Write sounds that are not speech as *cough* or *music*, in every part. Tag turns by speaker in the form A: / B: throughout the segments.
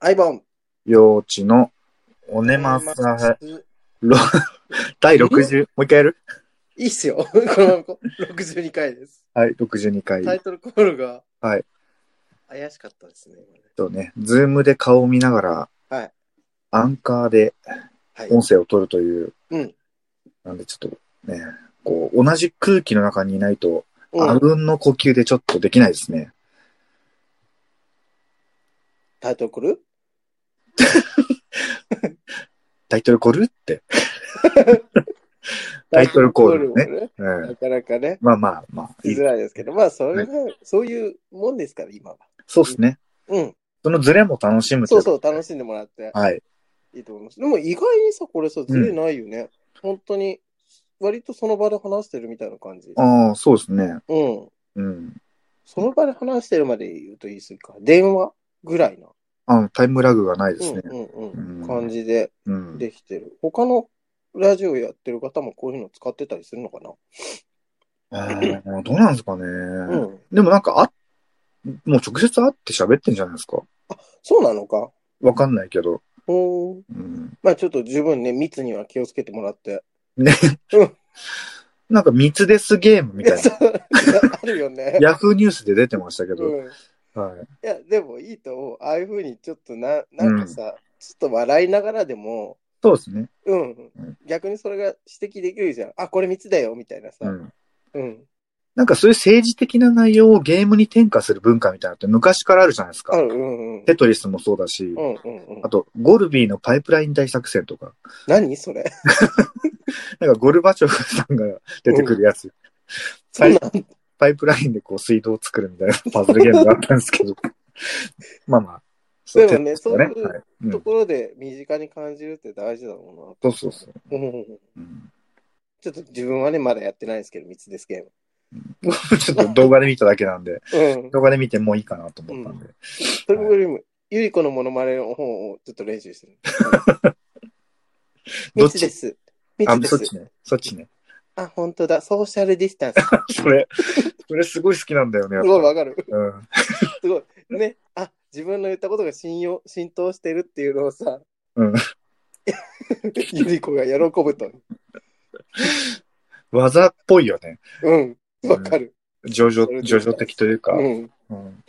A: アイボン。
B: 幼稚のおねまさ、ろ第60、もう一回やる
A: いいっすよ。こ *laughs* の62回です。
B: はい、62回。
A: タイトルコールが
B: はい。
A: 怪しかったですね。今ね
B: とね、ズームで顔を見ながら、
A: はい
B: アンカーで
A: はい。
B: 音声を取るという、
A: うん
B: なんでちょっとね、こう、同じ空気の中にいないと、
A: う
B: あ
A: ん
B: うんの呼吸でちょっとできないですね。
A: タイトルコール
B: タイトルコールって。タイトルコールね
A: タイトルコー
B: う
A: ルも
B: ん
A: なかなかね、
B: まあまあまあ、い
A: し
B: い
A: づらいですけど、まあ、それが、そういうもんですから、今は。
B: そうですね。
A: うん。
B: そのズレも楽しむ
A: そうそう、楽
B: し
A: しんでもらって
B: はい。
A: いいと思います。でも、意外にさ、これさ、ずれないよね。本当に、割とその場で話してるみたいな感じ。
B: ああ、そうですね。
A: うん。
B: うん。
A: その場で話してるまで言うと言い過ぎか。電話ぐらいな。
B: あタイムラグがないですね。
A: うんうん
B: う
A: うんん。感じで
B: うん。
A: できてる。他のラジオやってる方もこういうの使ってたりするのかな
B: ああ、どうなんですかね。
A: うん。
B: でもなんか、あ、もう直接会って喋ってんじゃないですか。
A: そうなのか
B: わかんないけど。
A: うん。
B: うん。
A: まあちょっと十分ね、密には気をつけてもらって。
B: ね
A: うん。
B: なんか、密ですゲームみたいな。
A: そう *laughs* あるよね。
B: ヤフーニュースで出てましたけど。
A: うん。い
B: はい。
A: や、でもいいと思う。ああいうふうにちょっとな、なんかさ、ちょっと笑いながらでも、
B: そうですね。
A: うん
B: ん。
A: 逆にそれが指摘できるじゃん。あ、これ密だよ、みたいなさ。
B: うん。
A: うん。
B: なんかそういう政治的な内容をゲームに転化する文化みたいなのって昔からあるじゃないです
A: あ
B: か。
A: る、うんうん。
B: テトリスもそうだし
A: う、んうんうん
B: あ。と、ゴルビーのパイプライン大作戦とか、
A: 何それ
B: なんかゴルバチョフさんが出てくるやつ、
A: そんな
B: パイプラインでこう水道を作るみたいなパズルゲームがあったんです
A: *laughs*
B: けど。まあまあ。う
A: でもね
B: テ
A: そ
B: トリス
A: ういう
B: とかはいうん
A: ところで身近に感じるって大事だも
B: そうそうそう。
A: んな。うん
B: うん
A: ちょっと自分はね、まだやってないですけど、密ですゲ
B: *laughs* ちょっと動画で見ただけなんで、
A: ーム。うん。
B: 動画で見てもういいかなと思ったんで。
A: それよりも、ゆり子のモノマネの方をちょっと練習する。
B: *laughs* どっち
A: 密です。
B: あ
A: 密、で
B: そっち
A: す。
B: ね。そっちね。 *laughs*
A: あ、本当だ。ソーシャルディスタンス。す
B: それ、それすごい好きなんだよね。やっぱ
A: ごいわかる。
B: うん。
A: すごい。ね。あ、自分の言ったことが信用、浸透してるっていうのをさ、
B: うん
A: *laughs* ゆり子が喜ぶと。
B: 技っぽいよね。
A: うん。わかる。
B: 上々、上々的というか。
A: うん。
B: うん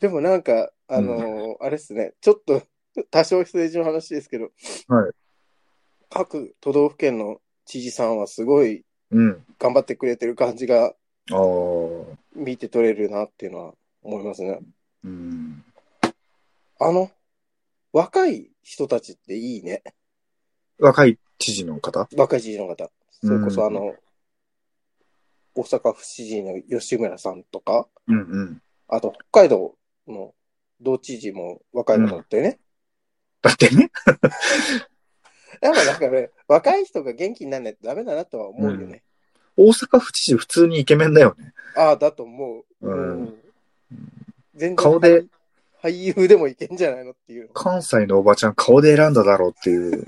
A: でもなんか、あのーあれっすね、ちょっと多少政治の話ですけど、
B: はい
A: 各都道府県の知事さんはすごい
B: うん。
A: 頑張ってくれてる感じが
B: ああ。
A: 見て取れるなっていうのは思いますね。
B: うん。
A: あの、若い人たちっていいね。
B: 若い知事の方
A: 若い知事の方。それこ
B: うん
A: そあの、大阪府知事の吉村さんとか、
B: うんうん。
A: あと北海道の道知事も若い方だったよね。
B: だってね。
A: *laughs* やっぱなんかね、若い人が元気になんないとダメだなとは思うよね。
B: 大阪府知事普通にイケメンだよね。
A: ああ、だと思う。
B: うん
A: 全然
B: 顔で
A: 俳優でもいけんじゃないのっていう。
B: 関西のおばちゃん顔で選んだだろうっ
A: *laughs*
B: ていう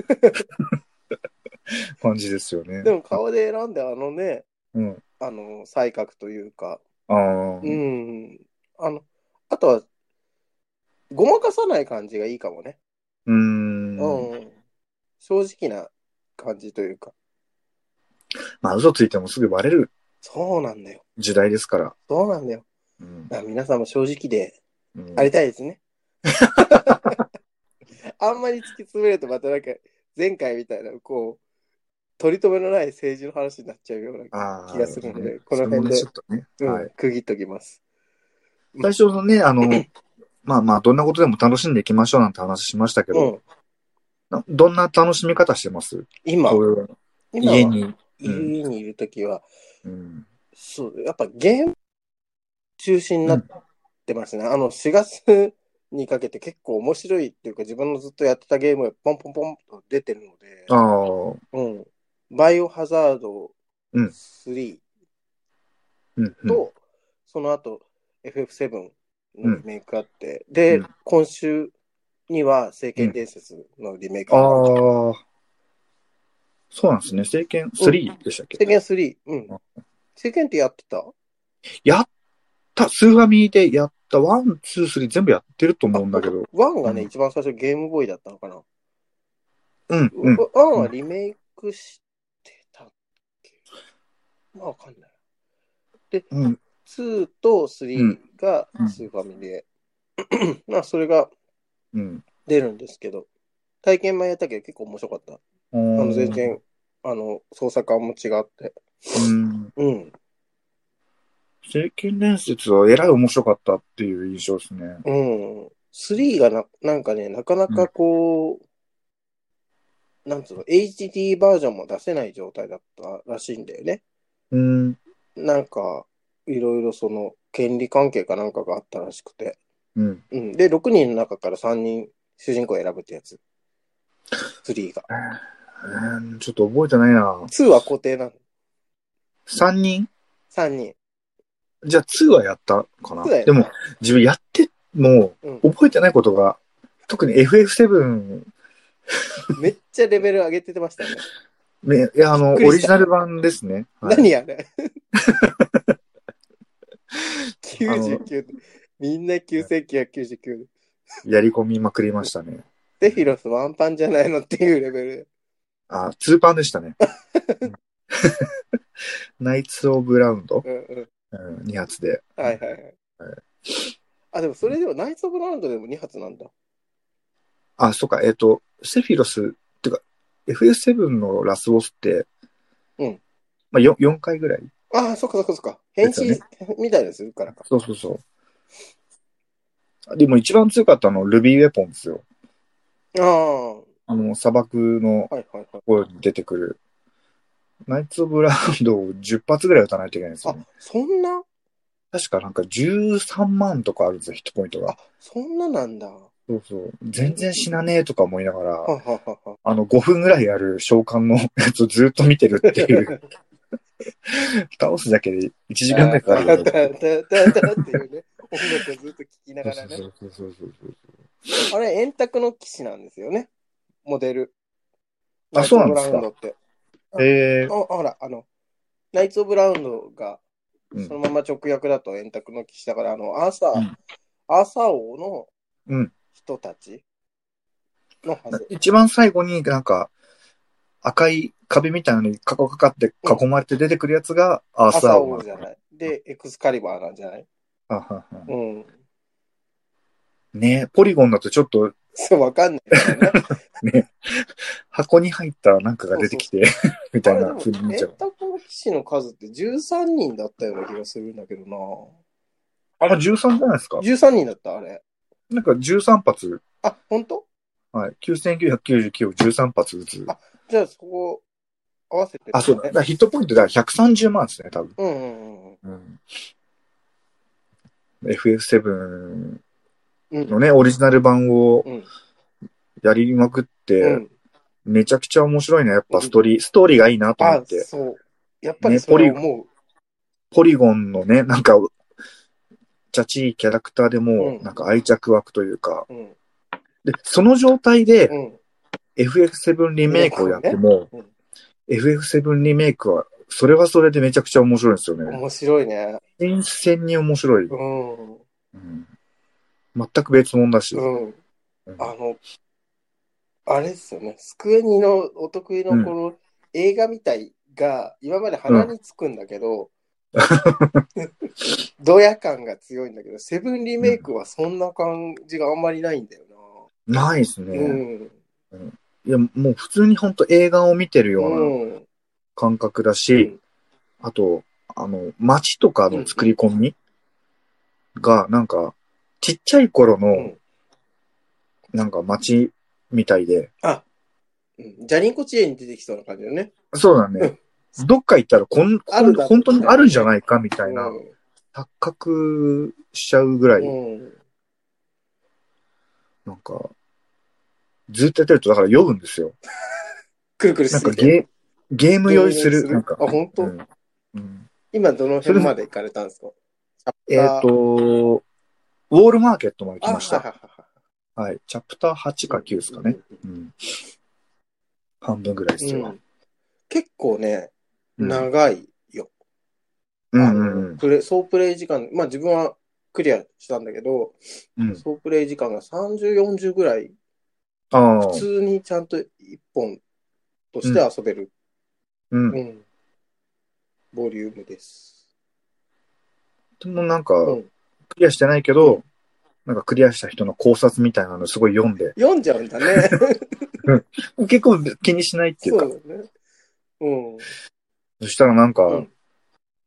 B: 感じですよね。
A: でも顔で選んであのね、
B: うん。
A: あの、才覚というか、
B: ああ、
A: うん。あの、あとは、ごまかさない感じがいいかもね。
B: うーん。
A: うん。正直な感じというか。
B: まあ嘘ついてもすぐバレる
A: そうなんだよ。
B: 時代ですから。
A: そうなんだよ。
B: うん
A: だから皆さんも正直で
B: うん
A: ありたいですね。 *laughs* あんまり突き詰めるとまたなんか前回みたいなこう取り留めのない政治の話になっちゃうような
B: あー
A: 気がするので
B: ね
A: この辺で
B: それもねちょっと
A: う
B: ね。
A: ん
B: はい。
A: 区切っときます。
B: 最初のね、あの、まあまあ、どんなことでも楽しんでいきましょうなんて話しましたけ
A: う
B: ど、
A: ん、
B: などんな楽しみ方してます
A: 今
B: こういう
A: 今は
B: 家に。うん
A: 家にいるときは、
B: うん。
A: そうやっぱゲーム中心になってますね。あの4月にかけて結構面白いっていうか自分のずっとやってたゲームがポンポンポンと出てるので、
B: ああ、
A: うん、バイオハザード
B: うん
A: 3、
B: うん、うん。
A: と、その後 FF7 のリメイクあって、で、
B: うん
A: 今週には「聖剣伝説」のリメイク
B: ああ
A: が、
B: ー、そうなんですね。政権3でしたっけ、
A: 聖剣3、うん
B: あ。
A: 聖剣ってやってた
B: やった、スーファミでやっだワン、ツー、スリー全部やってると思うんだけど。
A: ワンがね、
B: うん
A: 一番最初ゲームボーイだったのかな。
B: うん、うん。
A: ワンはリメイクしてたっけまあわかんない。
B: うん、
A: 2と3が
B: うん
A: スーファミで、 *clears throat* まあそれが
B: うん。
A: 出るんですけど、体験前やったけど結構面白かった。
B: あ
A: あの
B: の
A: 全。然、あの、操作感も違って。
B: うん。
A: うん。
B: 聖剣伝説はえらい面白かったっていう印象ですね。
A: うん。3がな、なんかね、なかなかこう、なんつうの、HD バージョンも出せない状態だったらしいんだよね。
B: うん。
A: なんか、いろいろその、権利関係かなんかがあったらしくて。
B: うん。
A: うん。で、6人の中から3人、主人公を選ぶってやつ。3が。
B: うんちょっと覚えてないな。
A: 2は固定なの。
B: 3人
A: 3人。
B: じゃあ2はやったかな
A: 2だよね
B: でも、自分やっても
A: うん、
B: 覚えてないことが、特に FF7、
A: めっちゃレベル上げててましたね。
B: ね、いや、あの、
A: びっ
B: オ
A: くりした
B: リジナル版ですね。はい
A: 何あ
B: *laughs*
A: れ ?99 みんな9999。
B: やり込みまくりましたね。
A: デフィロスワンパンじゃないのっていうレベル。
B: あ、ツーパン
A: *laughs*
B: でしたね。うん *laughs* ナイツ・オブ・ラウンド、
A: うんうん。
B: うん、2発で。
A: はいはいはい。あ、でもそれでもナイツ・オブ・ラウンドでも2発なんだ。
B: あ、そうか、えっ、と、セフィロス、っていうか、FF7 のラスボスって、
A: うん
B: まあ、4, 4回ぐらい
A: ああ、そっかそっかそっか。変
B: で
A: 身
B: す
A: みたいにするからか。
B: そうそうそうあ。でも一番強かったのはルビーウェポンですよ。
A: ああ、は
B: あの、砂漠の
A: いはいはい。
B: ところに出てくる。ナイツ・オブ・ラウンドを10発ぐらい撃たないといけないんですよ
A: あ
B: ね。、
A: そんな
B: 確かなんか13万とかあるんですよ、ヒットポイントが
A: あ。、そんななんだ。は
B: そうそう。全然死なねえとか思いながら
A: は、はは。
B: あの、5分ぐらいある召喚のやつをずっと見てるって
A: *laughs*
B: いう。倒すだけで1時間ぐらいかかる
A: だだだだっていうね、音楽をずっと聴きながらね。
B: そうそうそうそうそ
A: あ
B: う
A: れ、円卓の騎士なんですよね、モデル。
B: あそうなんです
A: ナイツオブラウ
B: か
A: ンドって。
B: そう。えー、
A: あほら、あの、ナイツ・オブ・ラウンドが、
B: うん
A: そのまま直訳だと円卓の騎士だから、あの、アーサー、
B: うん
A: アーサー王の
B: うん
A: 人たちのはず。
B: 一番最後になんか、赤い壁みたいなのに囲かかって囲まれて出てくるやつが
A: ア
B: アー
A: ー
B: サ
A: サー
B: ー王
A: 王じゃない。で、エクスカリバーなんじゃない
B: あはは
A: うん。
B: ねポリゴンだとちょっと
A: そう、わかんないからね。
B: 箱に入ったなんかが出てきて、 *laughs* *laughs* みたいな
A: あれ
B: 風
A: で
B: に
A: も
B: 見
A: 円
B: ちゃう。
A: 卓の騎士の数って13人だったような気がするんだけどな。
B: あ、13じゃないですか。
A: 13人だった、あれ。
B: なんか13発、
A: あ、本当？
B: はい、9999を13発撃つ。
A: あじゃあそこ合わせて、
B: あ、そうだ。だからヒットポイントだから130万ですね、多分。
A: うんうんうん
B: うん、FF7
A: うん。
B: のね、オリジナル版を
A: うん。
B: やりまくって、
A: うん。
B: めちゃくちゃ面白いね。やっぱストーリー、ストーリーがいいなと思
A: あ
B: っ、て。
A: そう。やっぱりそれを思
B: ポリゴンのね、なんか、チャチいキャラクターでも
A: う、ん
B: なんか愛着枠というか、
A: う。うん。
B: で、その状態で
A: うん
B: FF7 リメイクをやっても、
A: うん
B: FF7 リメイクは、それはそれでめちゃくちゃ面白いんですよね。
A: 面白いね。
B: 新鮮に面白い。
A: うん。うん。
B: うん全く別物だし。うん
A: あの、あれですよね。スクエニのお得意のこの映画みたいが、今まで鼻につくんだけど、
B: *laughs*
A: ドヤ感が強いんだけど、セブンリメイクはそんな感じがあんまりないんだよ
B: ないです
A: な。
B: ね。
A: うん。
B: いや、もう普通に本当映画を見てるような
A: うん。
B: 感覚だし、
A: うん
B: あと、あの、街とかの作り込みが、なんか、ちっちゃい頃
A: う
B: の
A: ん、
B: なんか街みたいで、
A: あ、うん、ジャリンコ知恵に出てきそうな感じだね。
B: そうだね。どっか行ったらこん、
A: あるだろう
B: 本当にあるんじゃないかみたいな、
A: うん
B: 錯覚しちゃうぐらい、
A: うん。
B: なんか、ずっとやってると、だから酔うんですよ。
A: くるくる
B: なん
A: す
B: か
A: ぎて。
B: ゲー、ゲーム酔いす
A: ゲーム酔いする
B: る。なんか。
A: あ本当
B: うんうん
A: 今どの辺まで行かれたんですか
B: えっ、と、ウォールマーケットまで来まし
A: あ
B: た。
A: ははは
B: はい。チャプター8か9ですかね。うん。半分ぐらいです
A: う
B: よ
A: ん。結構ね、
B: うん
A: 長いよ。
B: う
A: あ
B: ん
A: の
B: うんうん。
A: プレ総プレイ時間、まあ自分はクリアしたんだけど、
B: うん。
A: 総プレイ時間が30、40ぐらい、
B: ああ。
A: 普通にちゃんと1本として遊べる、
B: う。
A: うんんボリュームです。
B: でもなんか、
A: うん
B: クリアしてないけど、なんかクリアした人の考察みたいなのすごい読んで、
A: 読んじゃうん
B: *laughs*
A: だね。
B: 結構気にしないってい
A: そうう
B: か、
A: だ
B: そ
A: ね。うん。
B: したらなんか、
A: うん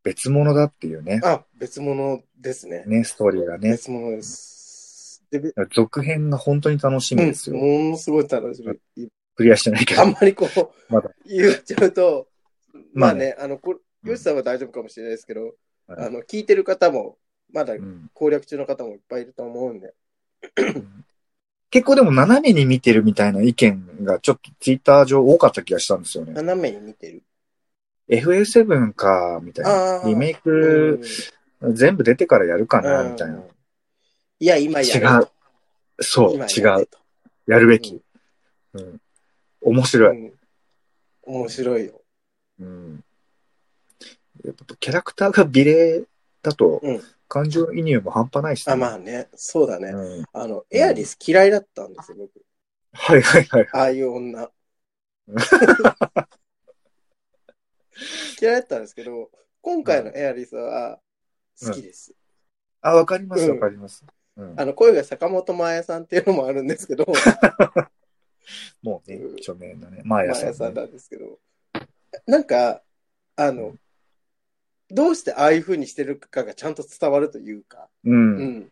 B: 別物だっていうね、
A: あ、別物ですね。
B: ね、ストーリーがね、
A: 別物です。で、べ
B: 続編が本当に楽しみですよ。
A: うんものすごい楽しみ。
B: クリアしてないけ
A: あ
B: ど。
A: んまりこう、
B: まだ
A: 言っちゃうと、ま
B: ま
A: あ
B: あ
A: ね
B: ね、
A: あの、こヨシさんは大丈夫かもしれないですけど、
B: はい
A: あの、聞いてる方も、まだ
B: うん
A: 攻略中の方もいっぱいいると思うんで。
B: 結構でも斜めに見てるみたいな意見がちょっとツイッター上多かった気がしたんですよね。
A: 斜めに見てる。
B: FF7 か、みたいな
A: あ。ー
B: リメイ
A: うん
B: ク全部出てからやるかな、みたいな。。
A: いや、今や
B: 違
A: れ
B: う
A: と。。
B: そう、
A: 今
B: 違
A: やれ
B: う。
A: と。
B: やるべ
A: う
B: き
A: ん。
B: うん。面白い。
A: うん面白いよ。
B: うん。やっぱキャラクターが美麗だと
A: うん、
B: 感情移入も半端ないっす
A: あ、まあね、そうだね。
B: うん
A: あの、エアリス嫌いだったんですよ、僕。
B: はいはいはい。
A: ああいう女。嫌いだったんですけど、今回のエアリスは好きです。
B: あ、わかります
A: うん
B: わかります。うん
A: あの、声が坂本真綾さんっていうのもあるんですけ
B: *laughs*
A: ど、
B: もうね
A: うん、
B: 著名なね、マ
A: 真
B: ーヤさ
A: 綾
B: ん
A: さん
B: ね。
A: なんですけど、なんか、あの、どうしてああいう風にしてるかがちゃんと伝わるというか、
B: う。
A: うんん、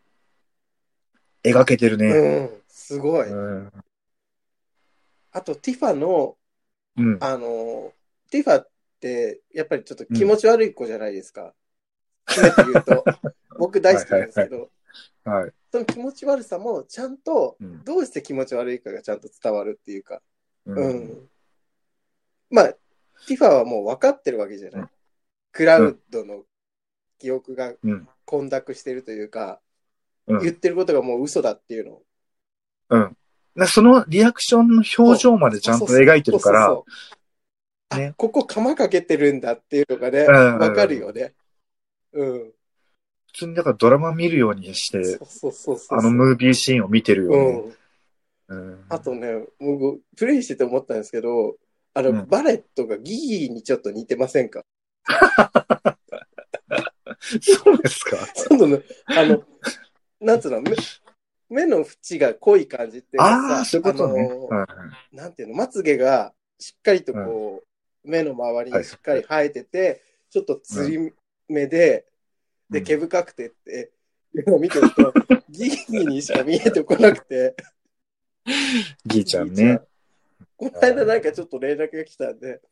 B: 描けてる
A: う
B: ね。
A: ん、すごい。
B: うん。
A: あと、ティファの、
B: うん。
A: あの、ティファって、やっぱりちょっと気持ち悪い子じゃないですか。詰めて言う
B: *laughs*
A: と、僕大好きなんですけど、
B: はい。
A: その気持ち悪さもちゃんと、
B: うん
A: どうして気持ち悪いかがちゃんと伝わるっていうか、う
B: うん
A: ん。まあ、ティファはもう分かってるわけじゃない。
B: うん
A: クラウドの記憶が
B: うん。
A: 混濁してるというか、
B: うん
A: 言ってることがもう嘘だっていうのを。
B: うん。なそのリアクションの表情までちゃんと描いてるから、
A: そうそうそう
B: ね
A: あここ釜かけてるんだっていうのがね、
B: うん
A: 分かるよね。うん。
B: 普通にだからドラマ見るようにして、
A: そうそうそうそう。
B: あのムービーシーンを見てるよね。
A: うん。
B: うん
A: あとね、僕、プレイしてて思ったんですけど、あの、
B: うん
A: バレットがギギにちょっと似てませんか *laughs*
B: そうですか
A: そのね、あ
B: *laughs*
A: の、なんつうの、目目の縁が濃い感じっていうか
B: あ
A: さ
B: あ、そういうことね。
A: あのなんていうの、まつげがしっかりとこう、目の周りにしっかり生えてて、ちょっとつり目で、
B: うん
A: で、毛深くてっていうのを見てると、ギギにしか見えてこなくて。
B: ギーちゃんね。
A: この間なんかちょっと連絡が来たんで、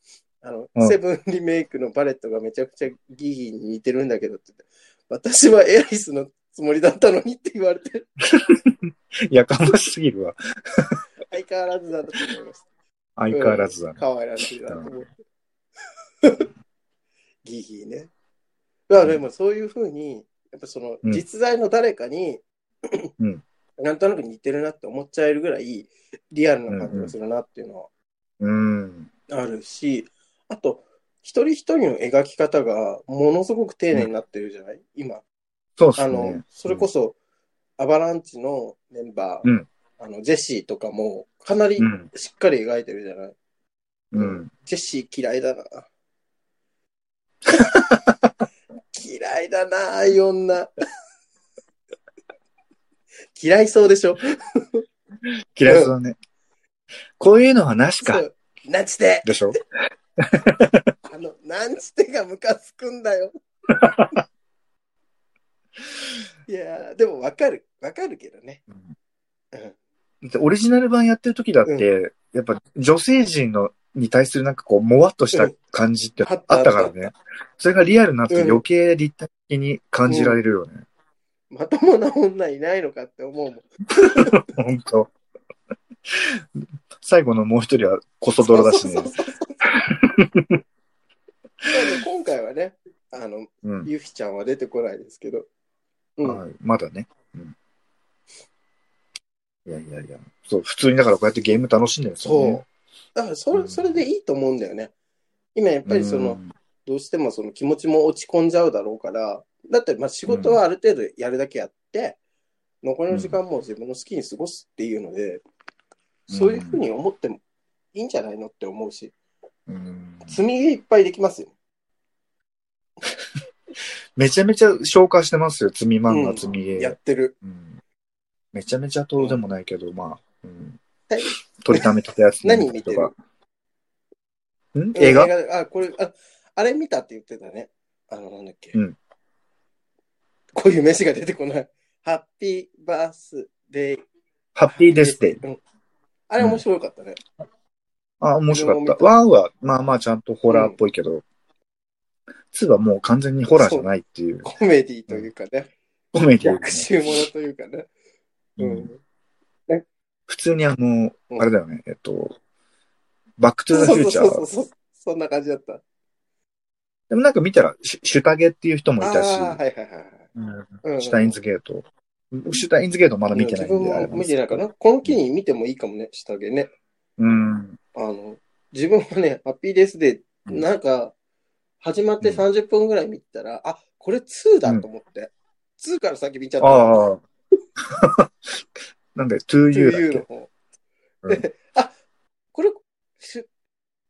A: あの、
B: うん
A: セブンリメイクのバレットがめちゃくちゃギギに似てるんだけどって言って私はエアリスのつもりだったのにって言われて、
B: やかましすぎるわ。
A: 相変わらずだなと思いました。
B: 相変わらずだね。
A: 可愛らしいなと思って。 *laughs* ギギね。まあでもそういうふうに、やっぱその
B: うん
A: 実在の誰かに、
B: うん
A: *coughs* なんとなく似てるなって思っちゃえるぐらいリアルな感じがするなっていうのは
B: うん。
A: あるし、あと、一人一人の描き方がものすごく丁寧になってるじゃない、今。
B: そうっす
A: あ
B: ね。
A: の、それこそ、アバランチのメンバー、
B: うん
A: あの、ジェシーとかも、かなり
B: うん。
A: しっかり描いてるじゃない、
B: うん。
A: ジェシー嫌いだな。嫌いだな、ああいう女。嫌いそうでしょ
B: 嫌いそうだね。こういうのはなしか
A: そ。うなんちて
B: でしょ
A: あの、なんちてがムカつくんだ
B: *laughs*
A: よ。いやー、でもわかる。わかるけどね。うん
B: だってオリジナル版やってる時だって、やっぱ女性陣のに対するなんかこう、もわっとした感じって
A: うん
B: あったからね。それがリアルになって余計立体的に感じられるよね。
A: まともな女いないのかって思うもん。
B: 本当。 *laughs* 最後のもう一人はこそ泥だし
A: そ
B: ね
A: う。そうそうそうまあ
B: *laughs*
A: ね今回はね、あの、
B: うん。
A: ゆひちゃんは出てこないですけど。うん。
B: はいまだね。うんいやいやいや。そう、普通にだからこうやってゲーム楽しんでるんですよ
A: そう
B: ね。。
A: だからそれ、それでいいと思うんだよね。今やっぱりその、
B: うん
A: どうしてもその気持ちも落ち込んじゃうだろうから、だって、まあ仕事はある程度やるだけやって、残りの時間も自分の好きに過ごすっていうので、そういうふうに思ってもいいんじゃないのって思うし、
B: うん
A: 積みいっぱいできますよ。
B: めちゃめちゃ消化してますよ、積み漫
A: う
B: 画、
A: ん
B: 積み絵、
A: やってる。
B: うんめちゃめちゃ遠でもないけど、まあ、うん
A: え
B: 取りためてたやつ
A: 何見てる
B: ん映画
A: あ、これ、あ、あれ見たって言ってたね。あの、なんだっけ。
B: うん
A: こういう飯が出てこない。ハッピーバースデー。
B: ハッピーデスデイ。
A: うん。あれ面白かったね。
B: あ、面白か
A: こ
B: った。ワンは、まあまあちゃんとホラーっぽいけど、ツーはもう完全にホラーじゃないっていう、
A: コメディというかね。
B: コメディー
A: 逆
B: です
A: 襲ものというかね。う
B: ね。うん
A: ん。
B: 普通にあの
A: う、ん
B: あれだよね、えっと、バックトゥ
A: そ
B: ー
A: うそ
B: ザフュー
A: う
B: チャ
A: そう
B: ー。
A: そう。そんな感じだった。
B: でもなんか見たら、シュシュタゲっていう人もい
A: あ
B: たし、
A: あーはいはいはい
B: うん
A: はい。うん
B: シュタインズゲート。シュタインズゲートまだ見てないん
A: 自
B: で、あ
A: 分
B: れ
A: も
B: なんで
A: 見
B: すけ
A: て
B: ど
A: ないかな。この機に見てもいいかもね、下着ね。
B: うん。
A: あの、自分はね、ハッピーデスで、
B: うん
A: なんか、始まって
B: うん
A: 30分ぐらい見てたら、あ、これ2だと思って。2から先見ちゃった。
B: ああ。 *laughs* なんで、to
A: と
B: you
A: いう
B: だ
A: の
B: っ
A: 方。
B: うん
A: で、あ、これ、し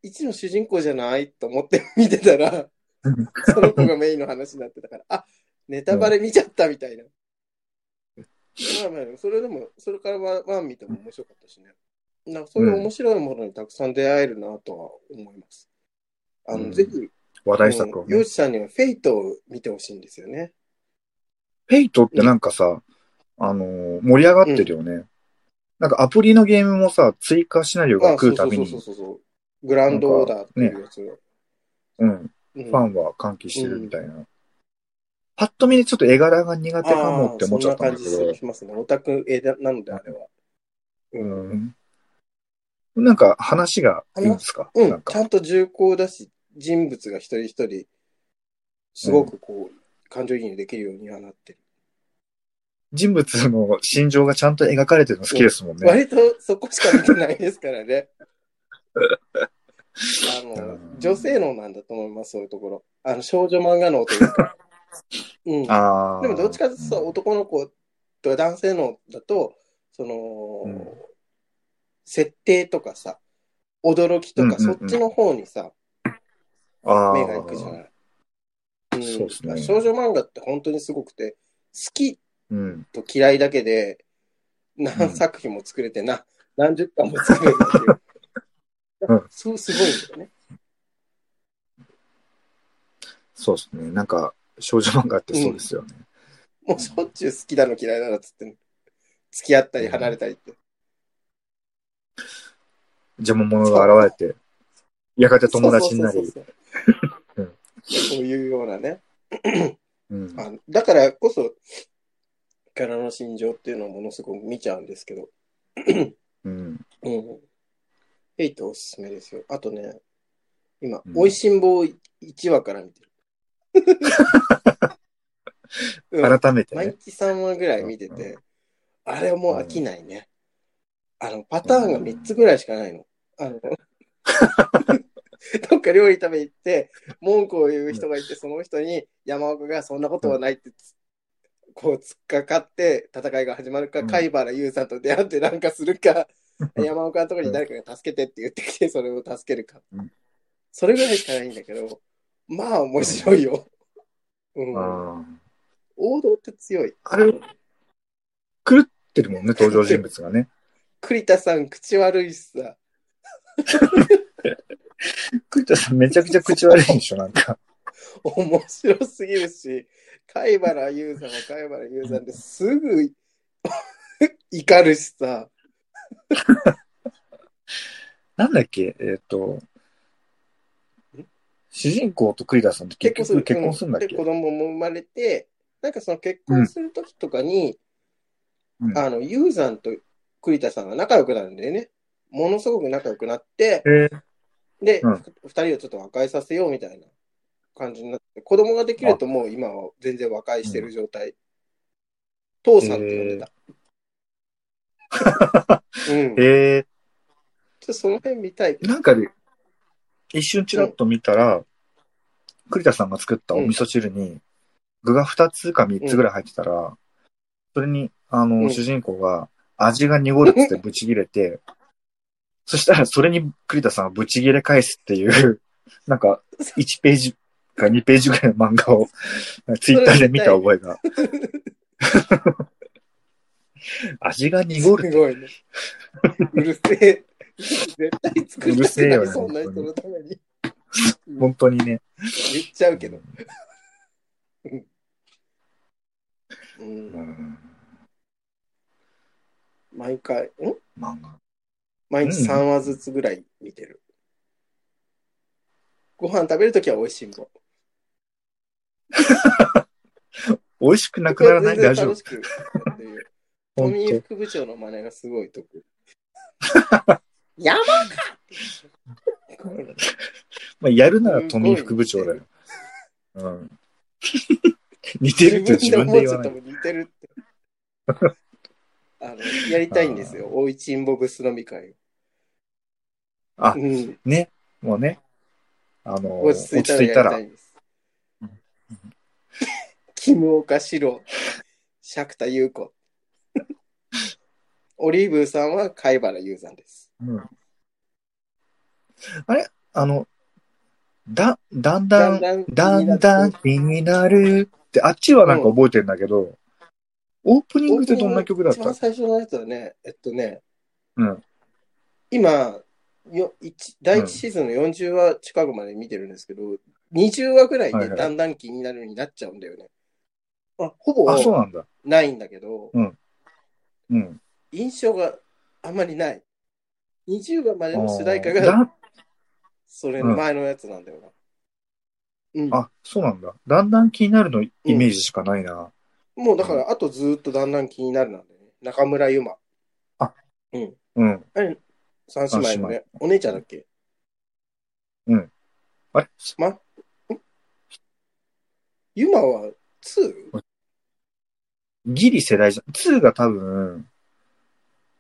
A: 一の主人公じゃないと思って見てた
B: *laughs*
A: ら、その子がメインの話になってたから、あ、ネタバレ見ちゃったみたいな。まあまあ、それでも、それからワンワン見ても面白かったしね。なんかそういう面白いものにたくさん出会えるなとは思います。あの、
B: うん
A: ぜひ、
B: け話題作を、
A: ヨ
B: ね。
A: ウチさんにはフェイトを見てほしいんですよね。
B: フェイトってなんかさ、あのー盛り上がってるよね。なんかアプリのゲームもさ、追加シナリオが
A: あ、
B: 来
A: そうそ
B: るた
A: う
B: び
A: そうそう
B: に、
A: そうそう。グランドオーダーっていうやつを。
B: うん、
A: うん
B: ファンは歓喜してるみたいな。パッと見でちょっと絵柄が苦手かもって思っちゃったん
A: あ
B: だけ
A: ーそんな
B: ど
A: 感じ、しますね。オタク絵だなのであれは。
B: うん。なんか話がいいんですか、
A: う
B: なん
A: ん、ち
B: か。
A: ゃんと重厚だし、人物が一人一人、すごくこう、感情移入できるようにはなってる。
B: 人物の心情がちゃんと描かれてるの好きですもんね。
A: 割とそこしか見てないですから
B: *laughs*
A: ね。あの、女性能なんだと思います、そういうところ。あの、少女漫画能という
B: *laughs*
A: か。うん。
B: ああ。
A: でもどっちかというとさ
B: うん
A: 男の子とか男性のだと、その、
B: うん
A: 設定とかさ、驚きとか、
B: うんうんうん
A: そっちの方にさ、
B: あー
A: 目が行くじゃない。うん
B: そうっすね
A: 少女漫画って本当にすごくて、好き
B: うん。
A: と嫌いだけで、何作品も作れてな、何十巻も作れるっていう。
B: うん
A: そう、すごいんだよね。
B: そうですね。なんか、少女漫画ってそうですよね。
A: もうしょっちゅう好きだの嫌いだのっつって、付き合ったり離れたりって。
B: 邪魔者が現れて、やがて友達にな
A: そう
B: り。
A: そう
B: う
A: そうそ
B: ん
A: う。そういうようなね。
B: うん
A: あだからこそ、キャラの心情っていうのをものすごく見ちゃうんですけど、
B: うん。
A: うん。ヘイトおすすめですよ。あとね、今、
B: うん
A: 美味しんぼを1話から見てる。 *laughs* うん、
B: 改めて
A: 毎
B: ね。
A: 日3話ぐらい見てて、あれはもう飽きないね。あの、パターンが3つぐらいしかないの。あ
B: *laughs*
A: の、どっか料理食べ行って、文句を言う人がいて、その人に山岡がそんなことはないってつ、こう突っかかって戦いが始まるか、
B: うん
A: 貝原優さんと出会ってなんかするか、
B: うん
A: 山岡のところに誰かが助けてって言ってきて、それを助けるか
B: うん。
A: それぐらいしかないんだけど、まあ面白いよ。うん。
B: あ
A: 王道って強い。
B: あれ、狂ってるもんね、登場人物がね。
A: 栗田さん、口悪いしさ。
B: 栗田さんめちゃくちゃ口悪いでしょ、なんか。
A: 面白すぎるし、貝原雄さんは貝原雄さんですぐ *laughs* 怒るしさ、
B: *laughs* なんだっけ、えっと
A: ん、
B: 主人公と栗田さんって結局結婚するんだっ
A: で
B: け
A: 子供も生まれて、なんかその結婚するときとかに、
B: うん
A: あの、雄さんと栗田さんが仲良くなるんだよね。ものすごく仲良くなって、
B: えー
A: で、
B: うん
A: ふ二人をちょっと和解させようみたいな感じになって、子供ができるともう今は全然和解してる状態。父さんって呼んでた。うん。
B: え
A: ちょっとその辺見たい。
B: ー、なんかで、一瞬ちらっと見たら、栗田さんが作ったお味噌汁に、具が2つか3つぐらい入ってたら、それに、あの、
A: うん
B: 主人公が、味が濁るっつってブチ切れて、そしたらそれに栗田さんはブチ切れ返すっていう、 *laughs* なんか、1ページか2ページぐらいの漫画を、
A: *laughs*
B: ツイッターで見た覚えが。 *laughs* 味が濁る
A: すごいね。うるせえ。絶対作りたく
B: うるせえ
A: な
B: よ
A: い、
B: ね
A: そんな人のために。
B: 本当にね。
A: 言っちゃうけど。う、
B: うんん
A: 毎回、ん
B: 漫画。
A: 毎日3話ずつぐらい見てる。ご飯食べるときは美味しいもん。
B: 美味しくなくならないラジオ
A: 楽。しくやってる。
B: *laughs* 本
A: 富井副部長の真似がすごい得意。山か
B: まあ、やるなら富井副部長だよ。うん。 *laughs* 似てるって自分で言わ
A: 自分で思っちゃっ
B: な
A: た
B: い。
A: もん似てるって。あのやりたいんですよ。大一インボブス飲み会。
B: あ
A: うん、
B: ね。もうね。あの、
A: 落
B: 落
A: ち着いた
B: ち着
A: ら
B: い
A: や
B: た
A: りた
B: ら
A: い。んです。 *laughs* キムオカシロ、釈田優子。 *laughs* オリーブさんは貝原雄山です。
B: うんあれあの、だ、だんだ
A: だんだん、
B: ん、だんだん気になるって、あっちはなんか覚えてんだけど、オープニングってどんな曲だっ
A: 一
B: た
A: 番最初のやつはね、えっとね、
B: うん。
A: 今、よ一第1シーズンの40話近くまで見てるんですけど、20話ぐらい
B: は
A: で
B: いはい
A: だんだん気になるようになっちゃうんだよね。あほぼ
B: あ、そうなんだ。
A: ないんだけど、
B: うん。
A: 印象があんまりない。20話までの主題歌
B: だ
A: が
B: ん
A: それの前のやつなんだよな。うん、
B: あ、そうなんだ。だんだん気になるのイメージしかないな。
A: もうだから、あとずーっとだんだん気になるなんだよね。中村ゆま。
B: あ、
A: うん。
B: うん。
A: 三姉妹のね。お姉ちゃんだっけ
B: あれ
A: ゆまは 2?
B: ギリ世代じゃん。2が多分、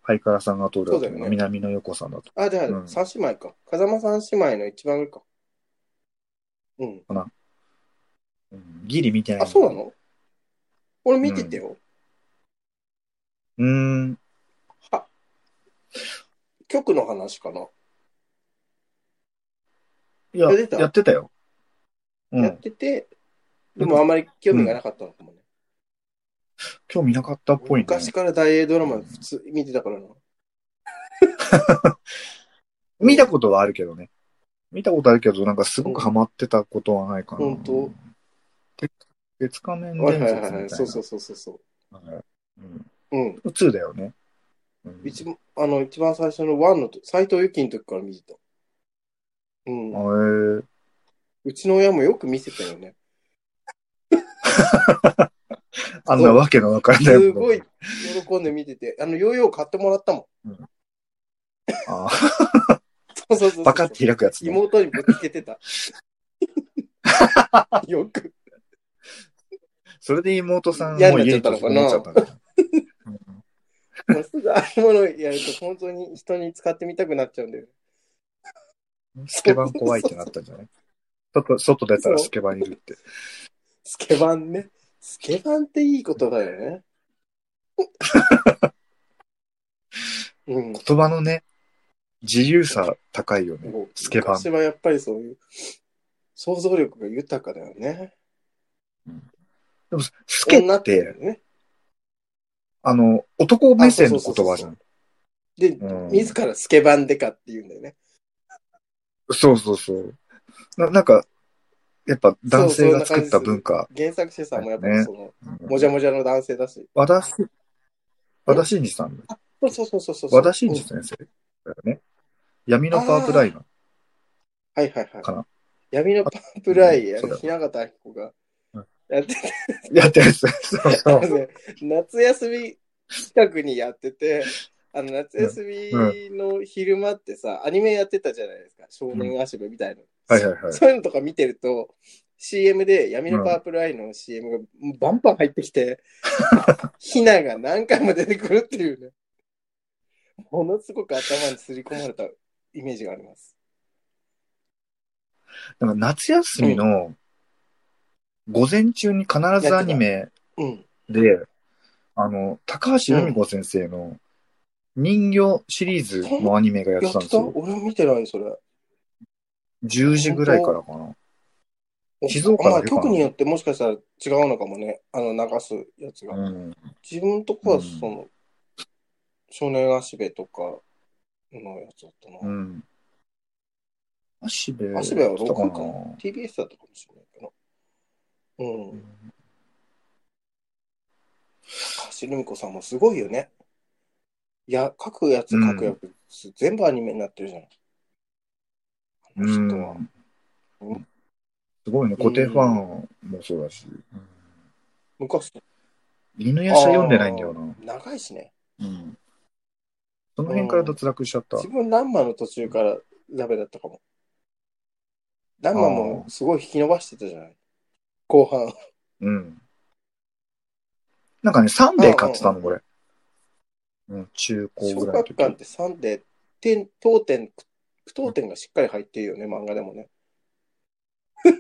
B: ハイカラさんが通るだと
A: そう
B: 思
A: だ
B: う
A: よね
B: 南の横さんだと。
A: あ、であ
B: う
A: る。
B: ん
A: 三姉妹か。風間三姉妹の一番上か。うん。
B: うんギリ見てない。
A: あ、そうなの俺見ててよ。
B: うーん。
A: 曲の話かな。
B: いや、
A: やってた
B: やってたよ。う
A: やっ
B: ん。
A: てて、でもあんまり興味がなかったのかもね。
B: 興味なかったっぽいね。
A: 昔から大英ドラマ普通見てたからな。
B: 見たことはあるけどね。見たことあるけど、なんかすごくハマってたことはないかな。
A: 本当
B: 鉄鉄仮面伝
A: はい
B: 説
A: は
B: みた
A: い
B: いな。。
A: はいはい。そうそうそうそうそう
B: うん。
A: う。うん。
B: 2だよね。うん
A: 一番あの一番最初のワンのと斎藤由貴の時から見てた。うん。
B: あへえ
A: うちの親もよく見せたよね。
B: あんなわけのわからないもの
A: すごい。喜んで見てて、あのヨーヨー買ってもらったも
B: あ
A: ん。そうそうそうそう
B: バカって開くやつね、
A: 妹にぶつけてた。 *laughs* よく。
B: それで妹さんを
A: 嫌になっ
B: 家
A: ちゃった
B: に閉
A: の
B: じ
A: かな
B: 込めちゃったんだ。
A: もうすぐああいうものやると本当に人に使ってみたくなっちゃうんだよね。
B: スケバン怖いってなったんじゃない外外出たら
A: そう
B: スケバンいるって。
A: スケバンね。スケバンっていいことだよ
B: *laughs*
A: ね。うん。
B: 言葉のね、自由さ高いよね。
A: もう
B: スケバン
A: 昔はやっぱりそういう想像力が豊かだよね。
B: でも、スケ
A: 女
B: っ
A: ってい
B: て、
A: うね。
B: あの、男目線の言葉じゃん。
A: で、
B: うん
A: 自らスケバンデカって言うんだよね。
B: そうそうそう。ななんか、やっぱ男性が作った文化。
A: 原作者さんもやっぱ
B: ね
A: りその、もじゃもじゃの男性だし。
B: 和田す、和田真二さん。
A: そうそうそうそうそう。
B: 和田真二先生だよね。闇のパープライナー。
A: うんはいはいはい。
B: かな
A: 闇のパンプライ、
B: うん
A: あの
B: そう
A: 雛形明子が
B: うん
A: やって
B: やってるやつ。そう
A: た *laughs*
B: そ
A: の
B: う。
A: ね、夏休み近くにやってて、あの夏休みの昼間ってさ、アニメやってたじゃないですか。少年足部みたいな。
B: はいはいはい。
A: そういうのとか見てると、CM で闇のパープルアイの CM がバンバン入ってきて、ヒナが何回も出てくるっていうね、ものすごく頭にすり込まれたイメージがあります。
B: なんか夏休みの、午前中に必ずアニメ
A: うん。
B: で、あの、高橋留美子先生の人形シリーズのアニメがやっ
A: や
B: て
A: った
B: んです
A: た
B: よ。
A: 俺見てない、それ。
B: 10時ぐらいからかな。静岡
A: ま
B: だ
A: あ、
B: けかな
A: 局によってもしかしたら違うのかもね。あの、流すやつが。
B: うん。
A: 自分とこ
B: う
A: は
B: ん
A: その、少年足部とかのやつだったな。
B: うん。足部。
A: 足部は
B: やってた
A: 6かな TBS だったかもしれないけど。う。
B: うんん
A: 高橋留美子さんもすごいよね。いや、書くやつ
B: うん
A: 書くやつ、全部アニメになってるじゃん。あ
B: う
A: の人は。
B: ん。すごいね。固定ファンもそうだし。うん
A: 昔、
B: 犬夜叉読んでないんだよな。
A: 長いしね。
B: うん。その辺から脱落しちゃった。
A: 自分、ランマの途中からダメだったかも。ランマもすごい引き伸ばしてたじゃない。後半。
B: うん。なんかね、サンデー買ってたの、これ。うん、中高
A: 小
B: ぐらいの
A: 学
B: 時。
A: 館って3で点、当点、句読点がしっかり入ってるよね、漫画でもね。
B: *laughs* な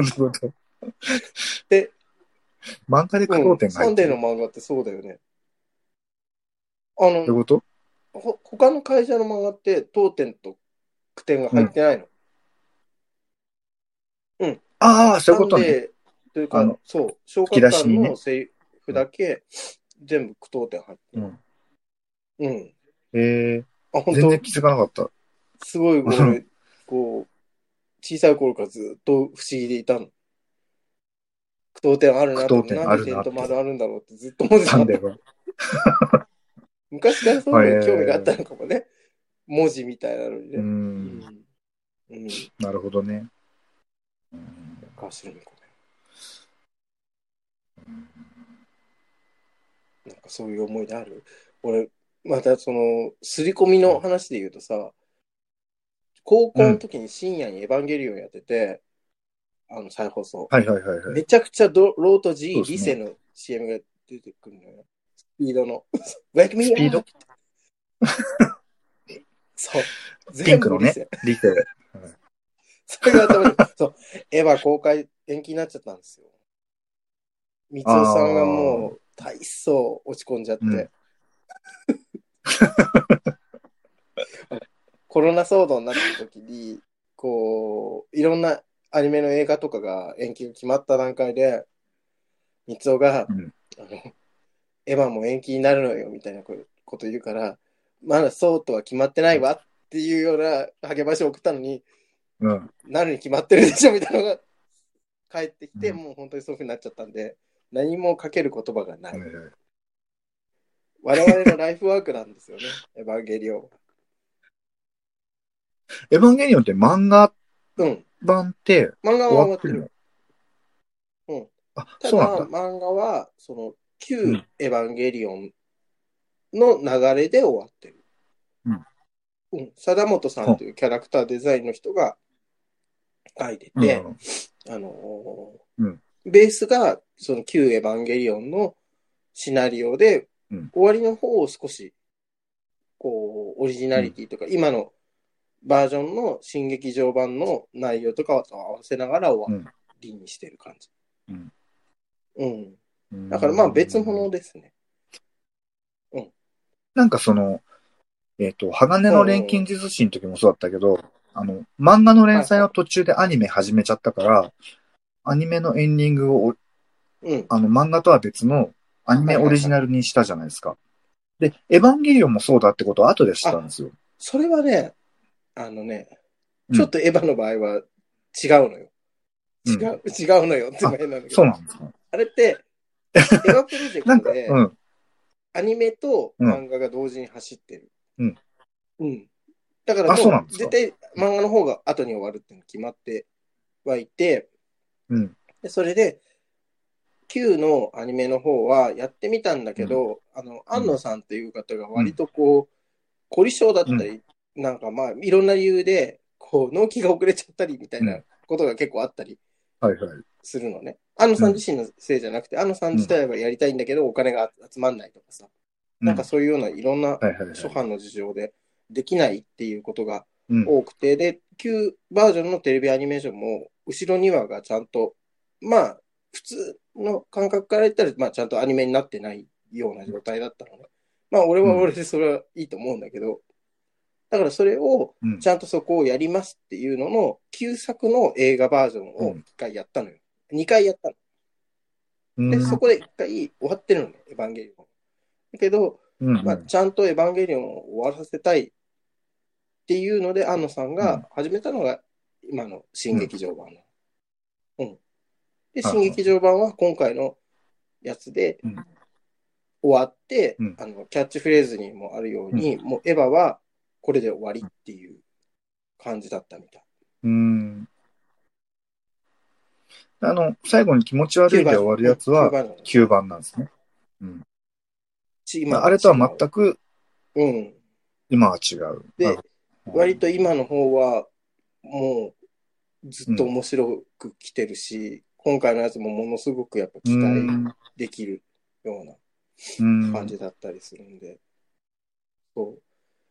B: るほど。
A: で、
B: 漫画で句読点が
A: サ
B: 入
A: ン
B: って
A: デー
B: る。
A: の漫画ってそうだよね。あの
B: どうい、うこと
A: ほ他の会社の漫画って当点と句点が入ってないの。
B: ああ、そういうこと
A: なん
B: ね。
A: で、という
B: あ
A: か
B: の、
A: そう、小
B: き
A: 学
B: 出し
A: 館
B: にね
A: のセリフだけ、全部句読点入って
B: う
A: る。
B: ん。
A: うん。
B: え
A: あ、
B: え
A: 本
B: 全
A: 当
B: 然気づかな
A: *laughs*
B: かった。
A: すごい、
B: う
A: 俺、こう、小さい頃からずっと不思議でいたの。句読点あるなと思って、
B: 句読点
A: な
B: あ
A: ん
B: る
A: で点
B: なって
A: と丸あるんだろうってずっと思って
B: サ
A: た
B: ン。デーは。
A: 昔からそういうのに興味があったのかもね。文字みたいなのに
B: う。
A: ね。うんん。うん。
B: なるほどね。うん
A: 高橋留美子ね。なんかそういう思い出ある俺、またその、刷り込みの話で言うとさ、高校の時に深夜にエヴァンゲリオンやってて、あの、再放送。
B: はいはいはいはい。
A: めちゃくちゃドロート G、
B: そうですね
A: リセの CM が出てくるのよ。スピードの。Wake *laughs* me
B: スピード
A: up！そう。
B: ピ
A: 全
B: ンク
A: 部
B: の
A: リ
B: ね
A: セ。
B: 理解。
A: それが頭に、そう、エヴァ公開延期になっちゃったんですよ。三尾さんがもう、大層落ち込んじゃって。
B: うん
A: コロナ騒動になった時に、こう、いろんなアニメの映画とかが延期が決まった段階で、三尾が、
B: うん
A: あの、エヴァも延期になるのよ、みたいなこと言うから、まだそうとは決まってないわっていうような励ましを送ったのに、
B: うん。
A: なるに決まってるでしょみたいなのが返ってきて、
B: うん
A: もう本当にそういうふうになっちゃったんで、何もかける言葉がない。
B: はいはい
A: 我々のライフワークなんです
B: *laughs*
A: よね、エヴァンゲリオン。
B: エヴァンゲリオンって漫画
A: うん。
B: 版って
A: 漫画は
B: 終
A: 終わ
B: わ
A: っ
B: ってて
A: る
B: る。の
A: うん。
B: あ、
A: た
B: そうな
A: だ、
B: んだ。
A: 漫画は、その、
B: う
A: 旧
B: ん
A: エヴァンゲリオンの流れで終わってる。
B: うん。
A: うん。貞本さんというキャラクターデザインの人が書いてて、
B: うん
A: あのー
B: うん
A: ベースがその旧エヴァンゲリオンのシナリオで、
B: うん
A: 終わりの方を少し、こう、オリジナリティとか、今のバージョンの新劇場版の内容とかを合わせながら終わりにしてる感じ。
B: うん。
A: うん。
B: うん
A: だからまあ別物ですね。
B: なんかその、えっ、と、鋼の錬金術師の時もそうだったけど、あの、漫画の連載は途中でアニメ始めちゃったから、アニメのエンディングを、
A: うん。
B: あの、漫画とは別のアニメオリジナルにしたじゃないですか。で、エヴァンゲリオンもそうだってことは後で知ったんですよ。
A: それはね、あのね、
B: うん
A: ちょっとエヴァの場合は違うのよ。
B: うん
A: 違う、違うのよって変なんだけど
B: そう。なんですか
A: あれ
B: *laughs*
A: って、エヴァプロジ
B: な
A: ェク
B: ん
A: ト
B: か、
A: で、
B: うん。
A: アニメと漫画が同時に走ってる。
B: うん。
A: うん。だから
B: あそうなん
A: もう、
B: ですか
A: 絶対漫画の方が後に終わるっていうの決まってはいて、
B: うん。
A: でそれで、Q のアニメの方はやってみたんだけど、あの、安野さんという方が割とこう、凝り性だったり、なんかまあ、いろんな理由で、こう、納期が遅れちゃったりみたいなことが結構あったり
B: はいはい。
A: するのね。安野さん自身のせいじゃなくて、安野さん自体はやりたいんだけど、お金が集まんないとかさ。なんかそういうようないろんな
B: うん、はいはいはい。
A: 諸般の事情でできないっていうことが
B: うん。
A: 多くて、で、旧バージョンのテレビアニメーションも、後ろ2話がちゃんとまあ、普通の感覚から言ったら、まあ、ちゃんとアニメになってないような状態だったのね。まあ、俺は俺でそれはいいと思うんだけど、だからそれを、
B: うん
A: ちゃんとそこをやりますっていうのの、旧作の映画バージョンを一回やったのよ。二回やったの。
B: うん
A: で、そこで一回終わってるのね、エヴァンゲリオン。だけど、
B: うん
A: まあ、ちゃんとエヴァンゲリオンを終わらせたいっていうので、安野さんが始めたのが、今の新劇場版の。うん。で、
B: はい
A: 新劇場版は今回のやつで
B: うん
A: 終わって、
B: うん
A: あの、キャッチフレーズにもあるように、もうエヴァはこれで終わりっていう感じだったみたい。
B: うん。あの、最後に気持ち悪いで終わるやつは
A: 9番
B: 9番なんですね。
A: 今
B: あれとは全く
A: うん。
B: 今は違う。
A: で、割
B: と、
A: と今の方は、もう、ずっと面白く来てるし、今回のやつもものすごくやっぱ期待できるような感じだったりするんで、そ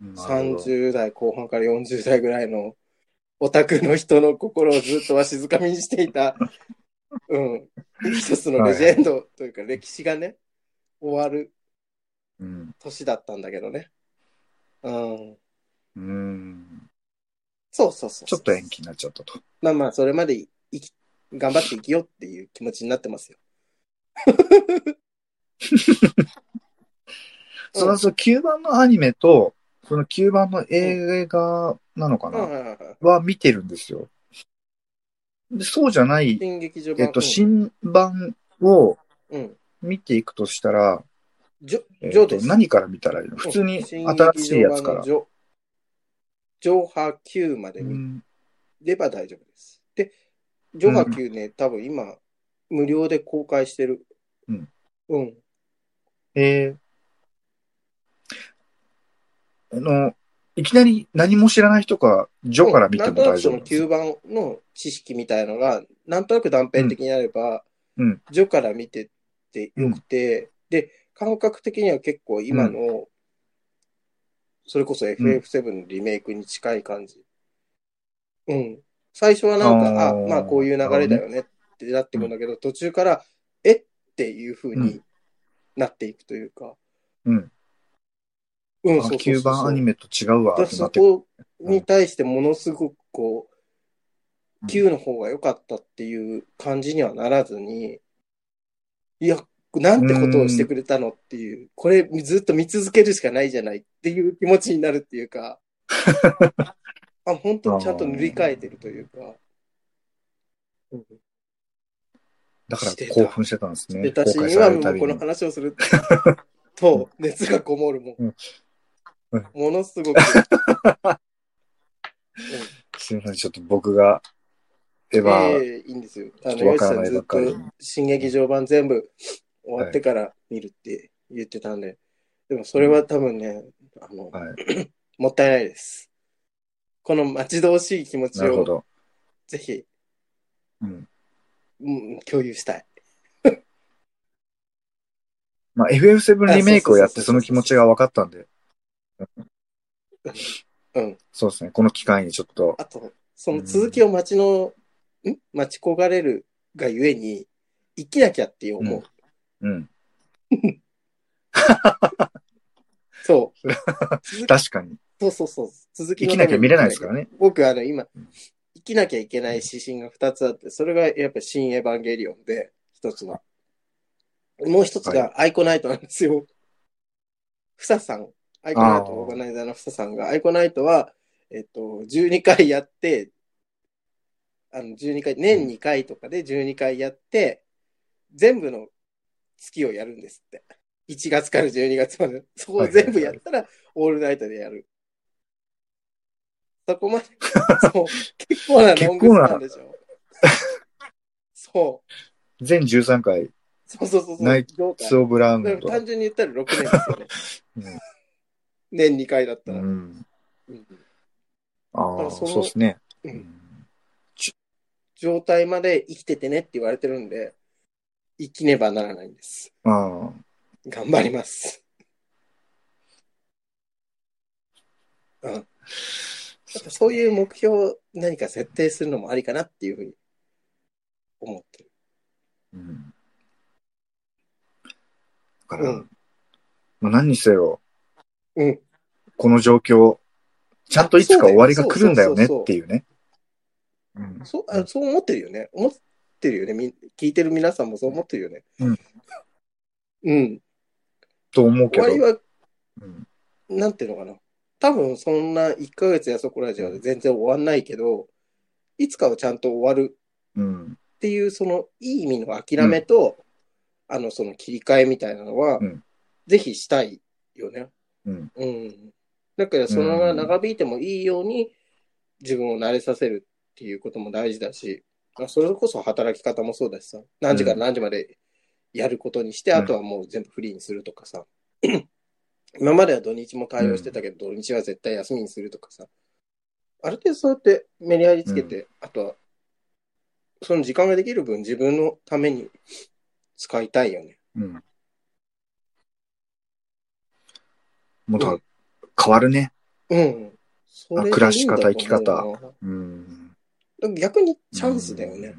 A: う30代後半から40代ぐらいのオタクの人の心をずっとわしづかみにしていた、 *laughs* うん、一つのレジェンドというか歴史がね、終わる
B: うん。
A: 年だったんだけどね。うん、
B: うん。
A: そうそうそう。
B: ちょっと延期になっちゃったと。
A: まあまあ、それまで生き、頑張って生きようっていう気持ちになってますよ。
B: その、その9番のアニメと、その9番の映画なのか
A: うんうん
B: な
A: うんうん
B: は見てるんですよ。でそうじゃない、
A: 新劇場版。
B: えっと、
A: うん
B: 新版を
A: うん。
B: 見ていくとしたら、
A: ジョ、
B: えっ
A: ジョ
B: と
A: です。
B: 何から見たらいいの普通に新しいやつか
A: 新劇場
B: ら
A: 版の。ジョ、ジョハ9まで
B: う
A: 見
B: ん
A: れば大丈夫です。で、ジョハ9ね、多分今、無料で公開してる。
B: うん。
A: うん。
B: えーあの、いきなり何も知らない人が、ジョから見ても大丈
A: なん
B: 夫。
A: となくその9番の知識みたいのが、なんとなく断片的になれば、
B: うんうん
A: 序から見てってよくて、で、感覚的には結構今の、それこそ FF7 のリメイクに近い感じ。うん。最初はなんか、あ
B: あー
A: まあこういう流れだよねってなってくんだけど、途中から、えっていう風
B: う
A: に
B: ん
A: なっていくというか。
B: うん。
A: うん、
B: あ
A: そうそうそうそう
B: 9番アニメと違うわ
A: だ
B: っ
A: か
B: て
A: らそ
B: なってくる。
A: こに対してものすごくこう、
B: うん
A: Q の方が良かったっていう感じにはならずに、いや、なんてことをしてくれたのっていう、これずっと見続けるしかないじゃないっていう気持ちになるっていう
B: *laughs*
A: か、あ本当にちゃんと塗り替えてるというか、うん、
B: だから
A: してた
B: 興奮してたんですね。公
A: 私
B: 開
A: に
B: さ
A: は
B: れる
A: も
B: た
A: う
B: び
A: この
B: に。
A: 話をする
B: *laughs*
A: と、熱がこもるもん。
B: うんうん
A: ものすごく。
B: すみません、ちょっと僕が、エヴァ、
A: ええいいんですよ。あ
B: ちょっ
A: の、
B: と
A: ヨ
B: わ
A: シ
B: から
A: さ
B: なんい
A: ず
B: ば
A: っ
B: っかり
A: と新劇場版全部終わってから見るって言ってたんで、でもそれは多分ね、あの、
B: は
A: *clears throat* もったいないです。この待ち遠しい気持ち
B: なるほ
A: を
B: ど。
A: ぜひ、
B: うん。
A: うん、共有したい。
B: まあ、FF7 リメイクをやって
A: あそうそうそ
B: そ
A: うそう
B: の気持ちが分かったんで。
A: うん。
B: そうですね。この機会にちょっと。
A: あと、その続きを待ちの、ん待ち焦がれるがゆえに、生きなきゃって思う。
B: うんうん。 *laughs*
A: そう。
B: 確かに。
A: そうそうそう。続きのため
B: 生きな
A: に
B: きゃ見れないですからね。
A: 僕、あの、今
B: うん、
A: 生きなきゃいけない指針が2つあって、それがやっぱ新エヴァンゲリオンで、一つは。もう一つがアイコナイトなんですよ。ふささん、アイコナイト
B: あー
A: オーガナイザーのふささんが、アイコナイトは、えっと、12回やって、あの、12回、年2回とかで12回やって、全部の月をやるんですって。1月から12月まで。そこを全部やったら、オールナイトでやる。そこまで、 *laughs* そう、結構なロングスパンでしょ。そう。
B: 全13回、
A: そうそうそうそう。
B: ナイ
A: どうか
B: ツオブラウン
A: だか
B: ド
A: ら。単純に言ったら6年ですよね。年2回だった
B: う
A: ら。
B: ん。
A: うん
B: あ
A: ら
B: あ、
A: その
B: そうですね。
A: う
B: うんん
A: 状態まで生きててねって言われてるんで、生きねばならないんです。
B: ああ、
A: 頑張ります。うん。やっぱそういう目標を何か設定するのもありかなっていうふうに思ってる。
B: うん。だから、
A: うん
B: まあ何にせよ、
A: うん
B: この状況、ちゃんといつか終わりが来るんだよねっていうね。うん
A: そうあそう思ってるよね。思ってるよね。みん聞いてる皆さんもそう思ってるよね。
B: うん。
A: うん。
B: と思うけ
A: 終
B: ど
A: わ、りは、
B: うん
A: なんていうのかな。多分そんな1ヶ月やそこらじゃ全然終わんないけど、いつかはちゃんと終わる
B: うん。
A: っていう、そのいい意味の諦めと、あの、その切り替えみたいなのは、
B: うん
A: ぜひしたいよね。
B: うん。
A: うん。だから、そのまま長引いてもいいように、自分を慣れさせるっていうことも大事だし、まあそれこそ働き方もそうだしさ、何時から何時までやることにして、
B: うん
A: あとはもう全部フリーにするとかさ、 *clears throat* 今までは土日も対応してたけど、土日は絶対休みにするとかさ、ある程度そうやってメリハリつけて、あとは、その時間ができる分自分のために使いたいよね。
B: うん。もっと変わるね。
A: うん。それでいいんだと思うな
B: 暮らし方生き方。うん。
A: 逆にチャンスだよね。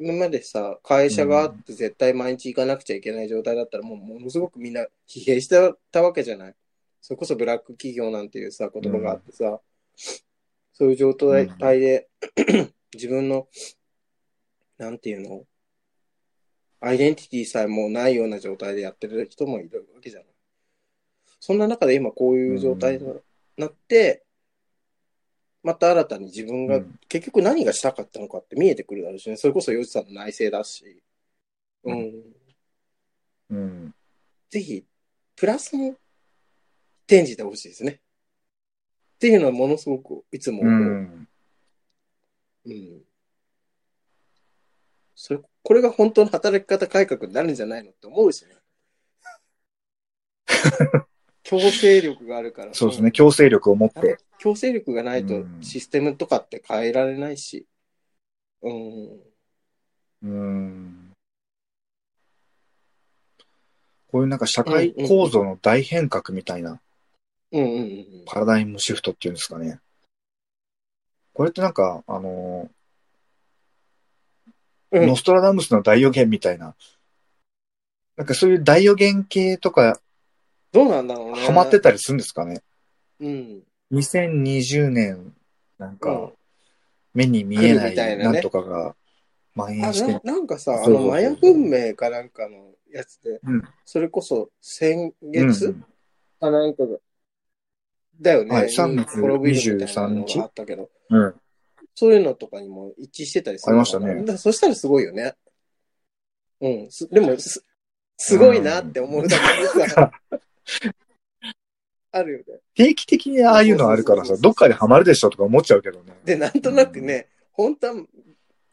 A: 今までさ、会社があって絶対毎日行かなくちゃいけない状態だったら、もうものすごくみんな疲弊してたわけじゃない。それこそブラック企業なんていうさ、言葉があってさ、そういう状態で、自分の、なんていうの、アイデンティティさえもうないような状態でやってる人もいるわけじゃない。そんな中で今こういう状態になって、また新たに自分
B: う
A: が
B: ん。
A: 結局何がしたかったのかって見えてくるだろうしね。それこそヨシさんの内政だし。うん。
B: うん。
A: ぜひ、プラスに転じてほしいですね。っていうのはものすごくいつも
B: う
A: 思う。うん。
B: ん。
A: それ、これが本当の働き方改革になるんじゃないのって思うし
B: *laughs*
A: ね。強制力があるから。
B: そうですね。強制力を持っ。
A: やって強制力がないと
B: うん
A: システムとかって変えられないし。うん
B: うん。こういうなんか社会構造の大変革みたいな
A: うんうんうん
B: パラダイムシフトっていうんですかね。これってなんか、あの
A: うん。
B: ノストラダムスの大予言みたいな。なんかそういう大予言系とか
A: どうなんだろうね。
B: ハマってたりするんですかね。
A: うん。
B: 2020年、なん
A: う
B: か
A: ん
B: 目に見えな
A: 来るみたい
B: い
A: なね
B: なんとかが蔓
A: あ
B: 延して
A: な、なんかさ、あ
B: そうそう
A: の、
B: そう
A: マヤ文明かなんかのやつで、
B: うん
A: それこそ先
B: う
A: 月
B: ん
A: かなんかが、だよね。
B: はい3月
A: 滅びるみたいなのがあったけど、
B: うん。
A: そういうのとかにも一致してたりするのかな
B: ありました
A: だ
B: ね
A: からそしたらすごいよね。うん。すでもす、すごいなって思うだけでさ、あるよね。
B: 定期的にああいうのあるから
A: そう
B: さ、
A: そうそうそう
B: どっかでハマるでしょとか思っちゃうけどね。
A: で、なんとなくね、本当は、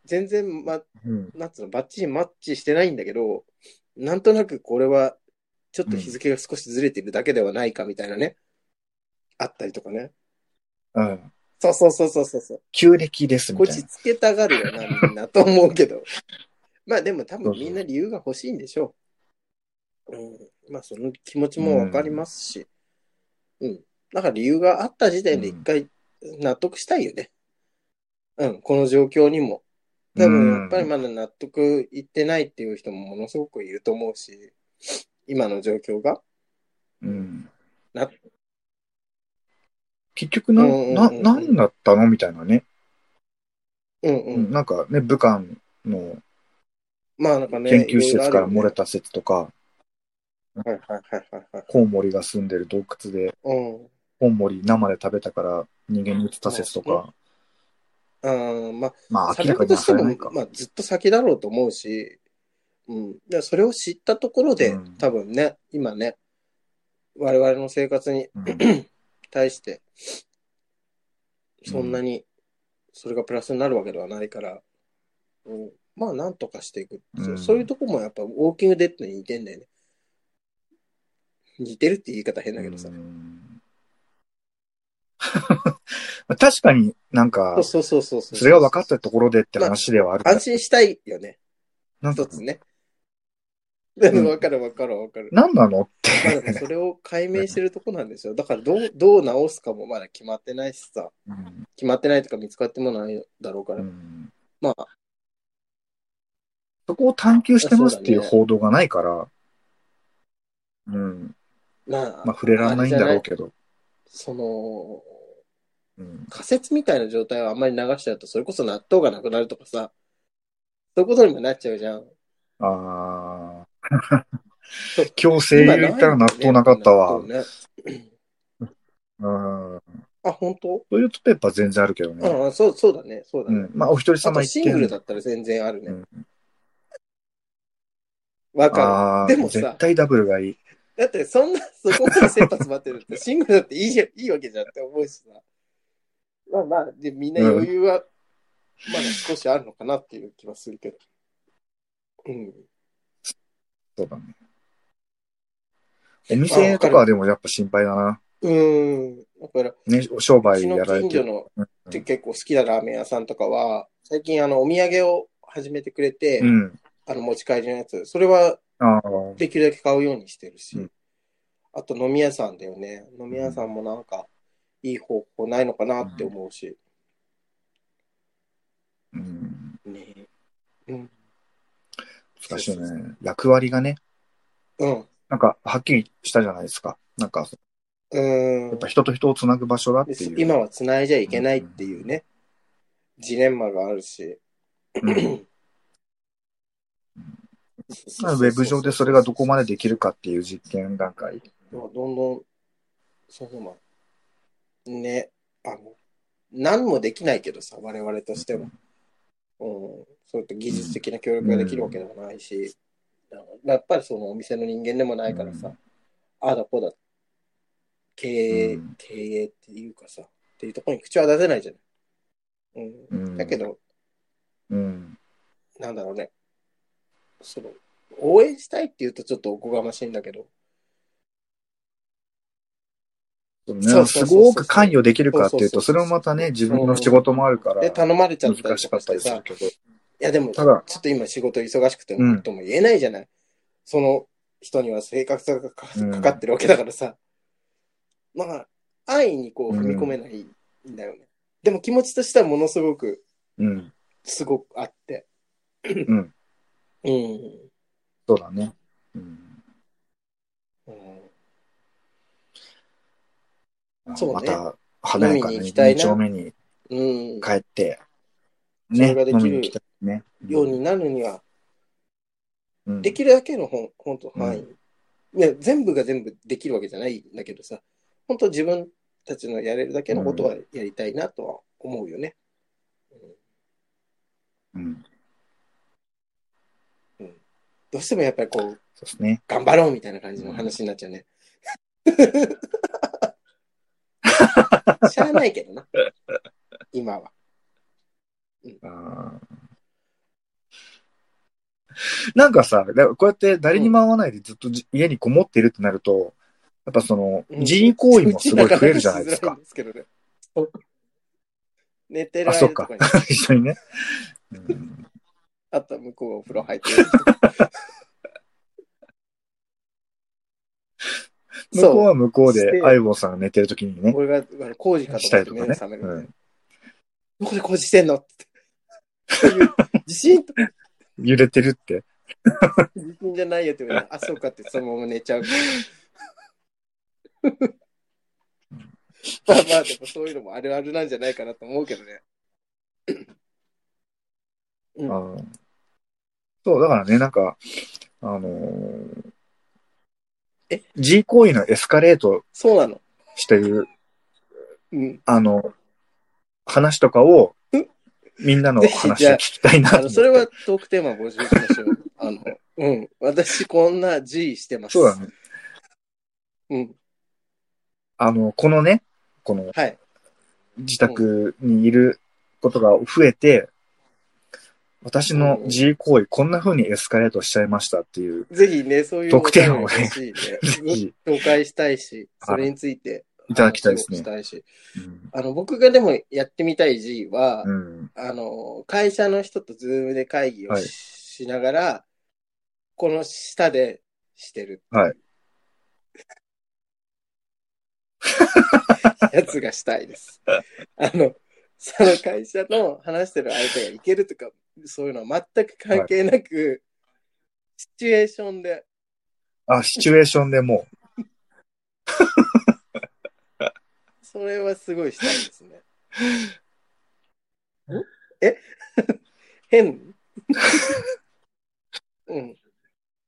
A: 全然、ま、
B: うん。
A: なんつうの、バッチリマッチしてないんだけど、なんとなくこれは、ちょっと日付が少しずれてるだけではないかみたいなね。あったりとかね。
B: うん。
A: そうそうそうそうそうそう。
B: 旧暦ですみ
A: こ
B: たい
A: ち
B: な。
A: つけたがるよな、みんなと思うけ
B: *laughs*
A: ど。まあでも多分みんな理由が欲しいんでしょう。うん。まあその気持ちもわかりますし。うん。だから理由があった時点で一回納得したいよね。うん、この状況にも。多分やっぱりまだ納得いってないっていう人もものすごくいると思うし、今の状況が。
B: うん。
A: な
B: 結局な、
A: うんうんうん
B: な、なんだったのみたいなね。
A: うんう。
B: うんん。なんかね、武漢の
A: まあなんかね、
B: 研究施設から漏れ
A: た。
B: た説とか、
A: はいはいはいはいはい。
B: コウモリが住んでる洞窟で、
A: うん。
B: コウモリ生で食べたから人間に移った説とか、
A: あーま
B: ま
A: あ、
B: あ
A: さ
B: 明
A: れ
B: らか
A: ると
B: には
A: して
B: され
A: も
B: ないか、。
A: まあずっと先だろうと思うし、うん。でそれを知ったところで、
B: うん
A: 多分ね、今ね、我々の生活に
B: うん
A: 対して、そんなに、それがプラスになるわけではないから、うん、まあ、なんとかしていく、そ
B: うん
A: そういうとこもやっぱ、ウォーキングデッドに似てんだよね。似てるって言い方変だけどさ。
B: うん *laughs* 確かになんか、
A: そうそうそうそう。
B: それが分かったところでって話ではあるけど
A: 安心したいよね、
B: なんか
A: 一つね。で
B: うん
A: も *laughs* 分かる分かる分かる。
B: 何なのって。
A: まあだからそれを解明してるとこなんですよ。だからどう、どう直すかもまだ決まってないしさ、
B: *laughs* うん
A: 決まってないとか見つかってもないだろうから、まあ、
B: そこを探求してますっていう
A: あそうだね
B: 報道がないから、うん。
A: まあ、
B: まあ、触れられないんだろう
A: ど。
B: けど。
A: その、
B: うん。
A: 仮説みたいな状態をあんまり流しちゃうと、それこそ納豆がなくなるとかさ、そういうことにもなっちゃうじゃん。
B: ああ。 *laughs* 今日声優行ったら納豆なかったわ。
A: 今ないもんね納
B: うん。
A: 豆ねあ、本当
B: トイレットペーパー全然あるけどね。
A: ああ、そう、そうだね、そうだ
B: う
A: ね。
B: ん。まあ、お一人
A: あと
B: 様行
A: シ
B: っ
A: ングル
B: て。
A: だったら全然あるね
B: うん。
A: わか
B: ああ、
A: でもさ
B: 絶対ダブルがいい。
A: る。だって、そんな、 *laughs* そこまで切羽詰まってるって、
B: *laughs*
A: シングルだっていいじゃん、いいわけじゃんって思うしさ。まあまあ、でみんな余裕は、まだ少しあるのかなっていう気はするけど。うん。
B: そうだね。お店とかはでもやっぱ心配だな。
A: うん。だから、
B: ね、お商
A: う
B: 売
A: ち
B: や
A: の
B: られ
A: 近
B: て
A: 所
B: る。
A: のって結構好きなラーメン屋さんとかは、最近あの、お土産を始めてくれて、
B: うん。
A: あの、持ち帰りのやつ。それは
B: ああ、
A: できるだけ買うようにしてるし。
B: うん
A: あと飲み屋さんだよね。飲み屋さんもなんか、いい方法ないのかなって思うし。
B: うん。
A: ねうん。
B: 難しい
A: そうそう
B: ね。役割がね、
A: そう。
B: なんか、はっきりしたじゃないですか。なんか、
A: うん。う
B: やっ
A: ん
B: ぱ。人と人をつなぐ場所だっ
A: で
B: ていう。
A: 今は繋いじゃいけないっていうね、ジレンマがあるし。
B: うんまあウェブ上でそれがどこまでできるかっていう実験段階。
A: まあ、どんどん、そういうのも、ね、あの、何もできないけどさ、我々としては。うん、そういった技術的な協力ができるわけでもないし、あのやっぱりそのお店の人間でもないからさ、
B: う
A: ああだこうだ、経営、
B: うん
A: 経営っていうかさ、っていうところに口は出せないじゃない。う
B: うん
A: ん。だけど、
B: うん。
A: なんだろうね、その、応援したいって言うとちょっとおこがましいんだけど、そうそう
B: そうね、
A: そうそ
B: す
A: う
B: ごく関与できるかっていうと、
A: そそ
B: そうれ
A: うそうそう
B: もまたね、自分の仕事もあるから、
A: で、頼まれちゃったり
B: 難し
A: と
B: か
A: かしたて
B: っりする
A: さ、
B: けど、
A: いやでも、ち
B: た
A: ょ
B: だ
A: っと今仕事忙しくても、
B: うん
A: とも言えないじゃない。その人には性格差がか
B: うん
A: かかってるわけだからさ。まあ、安易にこう踏み込めないんだよね。でも気持ちとしてはものすごく、
B: うん、
A: すごくあって。
B: うん、
A: うん。
B: そうだね。うん
A: うんそうね
B: また、華やか
A: 飲みに
B: に
A: 行きたい
B: 2
A: な
B: 丁目に
A: うん。
B: 帰って、
A: それが、
B: ね
A: で
B: 飲
A: きる
B: みに来たいね。
A: ようになるには、
B: うん
A: できるだけの本、本と範囲、
B: う
A: いや。全部が全部できるわけじゃないんだけどさ、本当自分たちのやれるだけのことはやりたいなとは思うよね。
B: うん、
A: どうしてもやっぱりこう、
B: そうですね。
A: 頑張ろうみたいな感じの話になっちゃうね。 *laughs* しゃあないけどな。今は。
B: あーなんかさ、だからこうやって誰にも会わないでずっとじ家にこもってるってなると、やっぱその、
A: うん
B: 自由行為もすごい増えるじゃないですか
A: *laughs* う。ちらが話しづらいんですけどね。寝てる
B: あ、
A: 間
B: そっ
A: と
B: か
A: かに。
B: 一緒にね。うん
A: あとは向こうがお風呂入ってる。
B: *laughs* 向こうは向こう
A: そうし
B: で、
A: て
B: アイボンさんが寝てる時にね、
A: 俺があの工事か
B: し
A: と
B: た
A: 思
B: り
A: って
B: とか
A: 目が。覚め
B: ね
A: る
B: う
A: みたい
B: ん
A: な。どこで工事してんのって。 *laughs* そういう地震とか
B: 揺れてるって。
A: 地震じゃないよって言われてあ、そうかってそのまま寝ちゃう。まあまあ、でもそういうのもあるあるなんじゃないかなと思うけどね。うん
B: あーそう、だからね、なんか、あのー
A: え
B: 自由行為のエスカレート
A: そうなの。
B: してる、
A: うん。
B: あの、話とかを
A: うん、
B: みんなの
A: ぜひ
B: 話
A: じ *laughs*
B: を
A: ゃあ
B: 聞きたいな *laughs*
A: あの、それは
B: と
A: トークテーマ募集しましょう。あの、うん。私こんな G してます。
B: 思ってそうだね。
A: うん。
B: あの、このね、この、
A: はい。
B: 自宅にいることが増えて、私の自由行為、こんな風にエスカレートしちゃいましたっていう、
A: ぜひね、そういう
B: トークテーマをね
A: お便り欲しい
B: *laughs* ぜ
A: ね
B: ひ、
A: 紹介したいし、
B: はい
A: それについて。
B: いただきたいです
A: 話
B: ね
A: を。したいし。
B: うん
A: あの、僕がでもやってみたい G は、
B: うん。
A: あの、会社の人とズームで会議を
B: はい
A: し,、ながら、この下でしてる。
B: はい。
A: *laughs* やつがしたいです。あの、その会社の話してる相手がいけるとかそういうのは全く関係なく、シチュエーションで、
B: あ、シチュエーションでもう、
A: それはすごいしたいですね。んえ *laughs*
B: *laughs*
A: 変うん。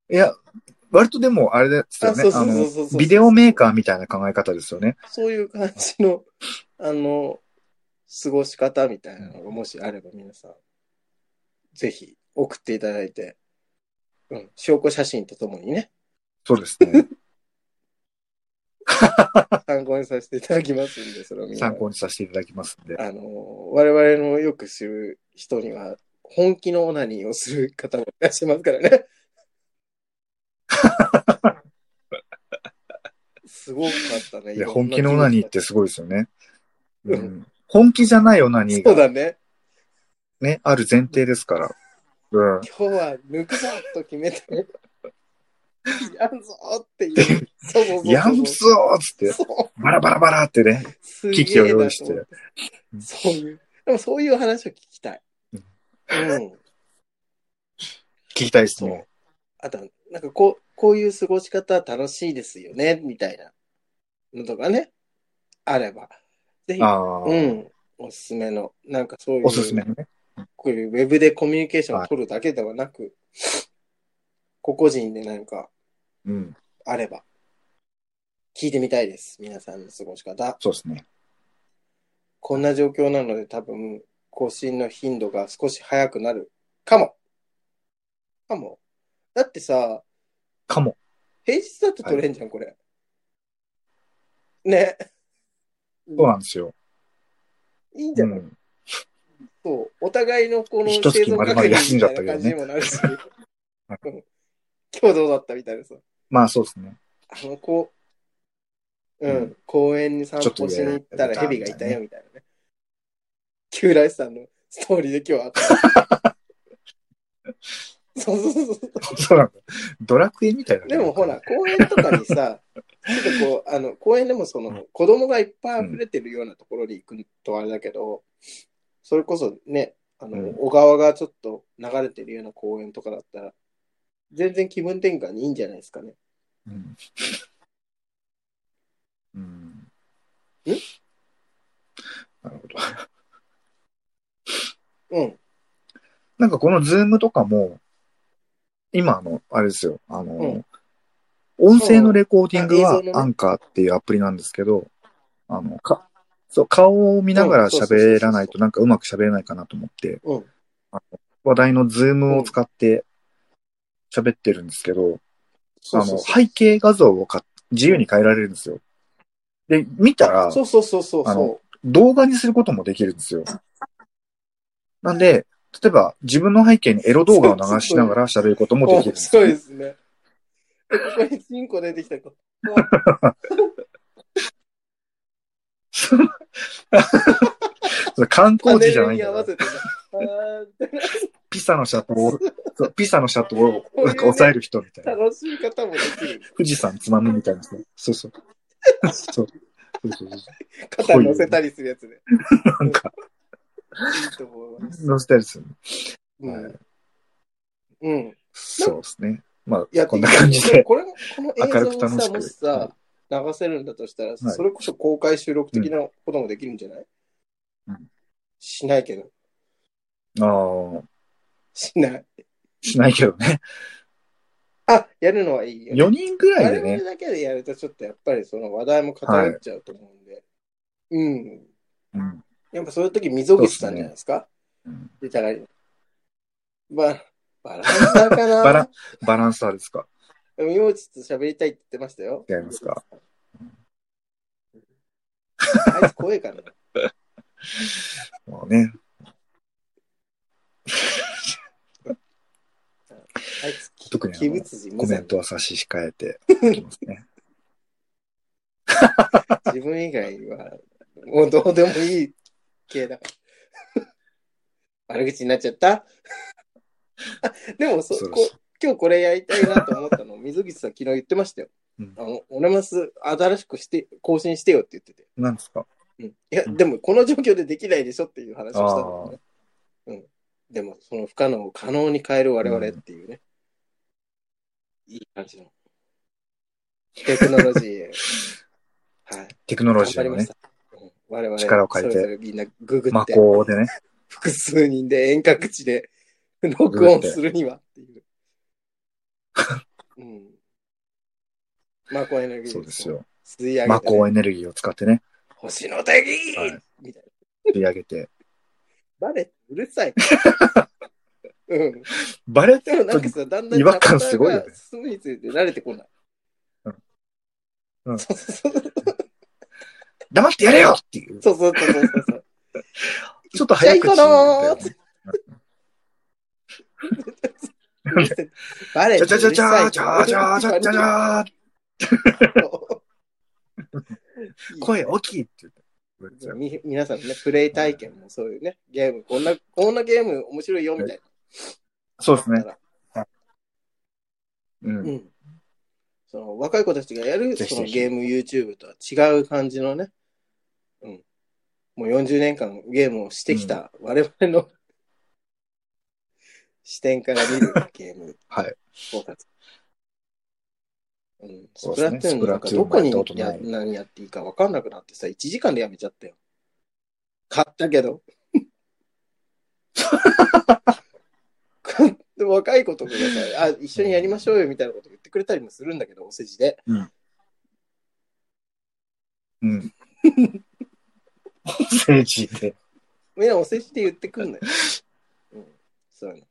B: いや、割とでも、あれですよ
A: あ、
B: ね。
A: そう
B: あ
A: そうそう
B: の、
A: そうそう。
B: ビデオメーカーみたいな考え方ですよね。
A: そういう感じの、あの、過ごし方みたいなのがもしあれば皆さん、ぜひ送っていただいて、うん、証拠写真とともに
B: *laughs*
A: ね、
B: そうです
A: *laughs*
B: ね。
A: 参考にさせていただきますんで、それを皆さん
B: 参考にさせていただきますんで。
A: あの、我々のよく知る人には、本気のオナニーをする方もいらっしゃいますから
B: *laughs*
A: ね。すごかったね。
B: いや、本気のオナニーってすごいですよね。
A: う
B: うんん。本気じゃないオナニー
A: そう
B: が
A: だね。
B: ね、ある前提ですから。うん。
A: 今日は抜くぞと決
B: *laughs*
A: めて、やんぞっていう。そうそうそうそう
B: やんすぞーっつって、
A: そ
B: バラバラバラってね、
A: う。すげえ
B: 機器を用意して
A: なと。思ってそういう。でもそういう話を聞きたい。
B: うん
A: うん。
B: 聞きたいです
A: そう
B: ね。。
A: あと、なんかこう、こういう過ごし方楽しいですよね、みたいなのとかね、あれば。ぜひ、
B: ああ、
A: うん、おすすめの、なんかそういう、
B: おすすめのね。
A: こういうウェブでコミュニケーションを取るだけではなく、個々人でなんか
B: うん。
A: あれば、聞いてみたいです。皆さんの過ごし方。
B: そうですね。
A: こんな状況なので多分、更新の頻度が少し早くなるかも。かも。だってさ、
B: かも。
A: 平日だと取れんじゃん、これ。ね。
B: そうなんですよ。
A: いいんじ
B: う
A: ゃない、
B: ん。
A: そう。お互いのこの
B: 一月丸々休んじゃったけどね
A: 生存確認みたいな感じにもなるし。
B: *laughs*
A: うん今日どうだったみたいなさ。
B: まあそうですね。
A: あの子、うん、
B: うん
A: 公園に散歩しに行ったら
B: ちょっと
A: 蛇がいたよみたいなね。旧来さんのストーリーで今日あっ
B: *laughs*
A: た。そうそうそうそう。
B: そうなんだ。ドラクエみたいなね。
A: でもほら、公園とかに
B: *laughs*
A: さ、ちょっとこう、あの、公園でもその、子供がいっぱい溢れてるようなところに行くとあれだけど、それこそね、あの、
B: うん
A: 小川がちょっと流れてるような公園とかだったら、全然気分転換にいいんじゃないですかね。
B: うん。うん。
A: え
B: なるほど。
A: うん。
B: なんかこのズームとかも、今あの、あれですよ、あの、
A: うん
B: 音声のレコーディング
A: あ
B: は
A: 映像のね
B: アンカーっていうアプリなんですけど、あの、か、そう、顔を見なが
A: うん
B: ら
A: そうそうそうそう
B: 喋らないとなんかうまく喋れないかなと思って、
A: うん。
B: 話題のズームを使って喋ってるんですけど、あ
A: そう
B: の、
A: そうそう
B: 背景画像をか自由に変えられるんですよ。で、見たら、
A: そうそうそうそう
B: あ
A: そ
B: の動画にすることもできるんですよ。なんで、例えば自分の背景にエロ動画を流しながら喋ること
A: う。
B: もできるん
A: 面
B: ですよ
A: 白いですね。ここにチンコ出てきた子。
B: それ観
A: パ
B: 光
A: ネ
B: 地じゃ
A: ル
B: ないん
A: に
B: だ
A: 合
B: よ
A: わ。せてね。あー
B: ピサのシャトー
A: *laughs*
B: を、そうピサのシャトーをなんか抑える人みたいな。
A: 楽しい方もできる。
B: 富士山つまむみたいな人。そ
A: *laughs*
B: うそう。そうそうそうそ
A: 肩乗せたりするやつ
B: *laughs*
A: で。
B: う。なんか、
A: いいと思います。
B: 乗せたりする。
A: うん。うん。
B: そうですね。ま
A: や
B: あ、
A: って
B: こ
A: い
B: ん
A: き
B: な
A: たい
B: 感じで。
A: これも、この映
B: 明る
A: 像
B: く
A: をさ、
B: 楽しく
A: もしさ、流せるんだとしたら、
B: い
A: それこそ公開収録的なこともできるんじゃない
B: うん
A: しないけど。
B: ああ、
A: しない。
B: しないけどね。
A: あ、やるのはいいよ。
B: 4人ぐらいで
A: 我
B: ね
A: 々。だけでやるとちょっとやっぱりその話題も偏っちゃうと思うんで。うん。
B: うん。
A: やっぱそういう時、溝口さんじゃないですか
B: うん
A: 出たらいい。ば、バランサーかな
B: バラ、バランサーですか。
A: でも、今ちょっと喋りたいって言ってましたよ。
B: 違いますか。
A: あいつ怖いからな。
B: まあね。
A: あいつ、
B: 特にあの
A: 鬼物人
B: コ
A: 無
B: メ
A: 惨
B: ントは差し控えておきますね。
A: 自分以外は、もうどうでもいい系だから。悪口になっちゃった *laughs* でもそ
B: 恐ろし
A: こ
B: い、
A: 今日これやりたいなと思ったの、水口さん昨日言ってましたよ。
B: うん
A: あの、オレマス新しくして、更新してよって言ってて。
B: なんですか
A: うん、いや、
B: うん
A: でもこの状況でできないでしょっていう話をしたのね。でもその不可能を可能に変える我々っていうね。いい感じの。テクノロジ
B: *laughs*
A: ー。はい。
B: テクノロ
A: 頑
B: ジ
A: 張
B: ー
A: り
B: の
A: ま
B: ね
A: し、た。うん我々、
B: 力を借りて
A: それぞれみんなググ
B: 魔
A: って、
B: 法でね。
A: 複数人で遠隔地で録音するにはっていう。うん。マコエネルギー。
B: そうです。よ。
A: 吸い上げて、
B: 魔法エネルギーを使ってね、
A: 星の敵、
B: はい
A: みたいな。
B: 取り上げて。
A: バレ、うるさい。うん。
B: バレて
A: でもな
B: る
A: ん
B: と *laughs*
A: か、さ、だんだん
B: 違和感すごいよね
A: チャプターが進むについて慣れてこない。
B: うんうん
A: そうそうそう
B: 黙ってやれよっていう。
A: そうそうそうそうそう。
B: ちょっと早口
A: 行っちゃいこバレ
B: ちゃちゃちゃちゃちゃちゃちゃちゃち
A: ゃ
B: ゃ声大きいって言って。
A: み皆さんのね、プレイ体験もそういうね、ゲーム、こんな、こんなゲーム面白いよ、みたい
B: そうです
A: な。
B: ね。う。
A: うんん。その、若い子たちがやる、
B: ぜひ
A: そ
B: ぜ
A: の
B: ひ
A: ゲーム YouTube とは違う感じのね、うん。もう40年間ゲームをしてきた我々の、 *laughs* 視点から見るゲーム。
B: はい。
A: フォーカス。うん、ス
B: そう
A: プ
B: で
A: ラ
B: すね
A: トゥーンなんか
B: スプ
A: ど
B: ラト
A: こ
B: ゥーン
A: に
B: もやったこと
A: や
B: ない
A: 何やっていいか分かんなくなってさ、1時間でやめちゃったよ。買ったけど。 *laughs* で若い子とかがさ、あ、一緒にやりましょうよみたいなこと言ってくれたりもするんだけど、お世辞で。
B: うん。政治で。
A: みんなお世辞で言ってく
B: *laughs*
A: んのよ。うん、そうね。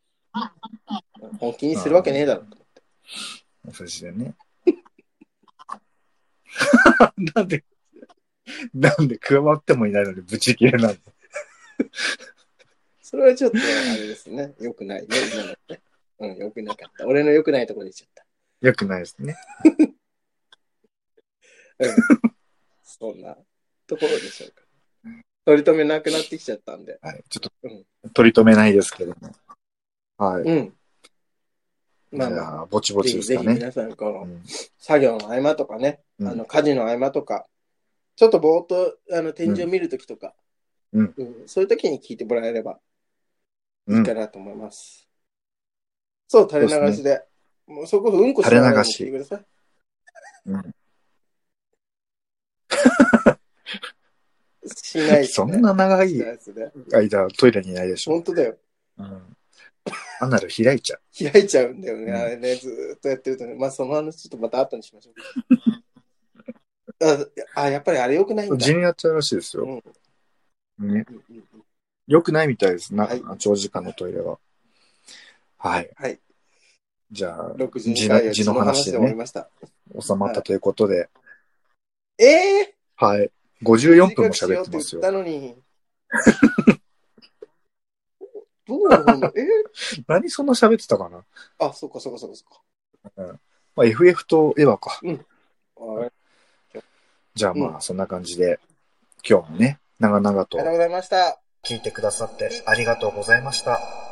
A: 本気にするわけねえだろと思って。
B: 政治でね。なんで、なんで加わってもいないのにブチ切れなの
A: それはちょっと、あれですね。良くないね、今のね。うん、良くなかった。俺の良くないところに行っちゃった。
B: よくないですね。
A: そんなところでしょうか。取り留めなくなってきちゃったんで。
B: はい。ちょっ
A: うん
B: と、取り留めないですけども。はい。
A: うん。
B: ま
A: ま
B: あ
A: あ
B: ま
A: ま
B: あ、ぼちぼ
A: あ、ぜ
B: ち
A: ひ
B: です
A: ぜ
B: か
A: ひ
B: ね。
A: 皆さん、こ
B: う
A: の
B: ん
A: 作業の合間とかね、
B: うん
A: あの家事の合間とか、ちょっとぼーっとあの天井見るときとか、
B: うん
A: うんそういうときに聞いてもらえれば
B: う
A: い
B: ん
A: いかなと思います。そう、垂れ流しで。もうそこそうんこしながら聞いてください。
B: うん
A: *laughs* しないです、ね。
B: そんな長
A: し
B: い
A: ないですね。
B: 間、トイレにいないでしょ。
A: 本当だよ。
B: うん。アナル開いちゃう。
A: 開いちゃうんだよ
B: う
A: ね、
B: ん
A: あれね、ずーっとやってるとね。まあ、その話ちょっとまた後にしましょう。あ、あやっぱりあれ良くないんだ。
B: 地になっちゃうらしいですよ。ね。
A: うんうんうん
B: よくないみたいです。な、
A: はい
B: 長時間のトイレは。はい。
A: はい。
B: じゃあ、
A: 62
B: 地
A: 回は
B: の地の話で
A: 終わり
B: ね、
A: ました。
B: 収まったということで、
A: ええ
B: はい。
A: ー、
B: 54分も喋って
A: 短く
B: ます
A: しようって言っ
B: よ。
A: たの
B: *laughs*
A: に。どうなのえ
B: 何そんな喋ってたかな、
A: ー、あ、そっかそっかそっかそ
B: まあ、?FF とエヴァか。
A: っか。はい
B: じゃあまあ、そんな感じで、今日もね、長
A: あ
B: 々
A: り
B: と
A: がとうございました。
B: 聞いてくださってありがとうございました。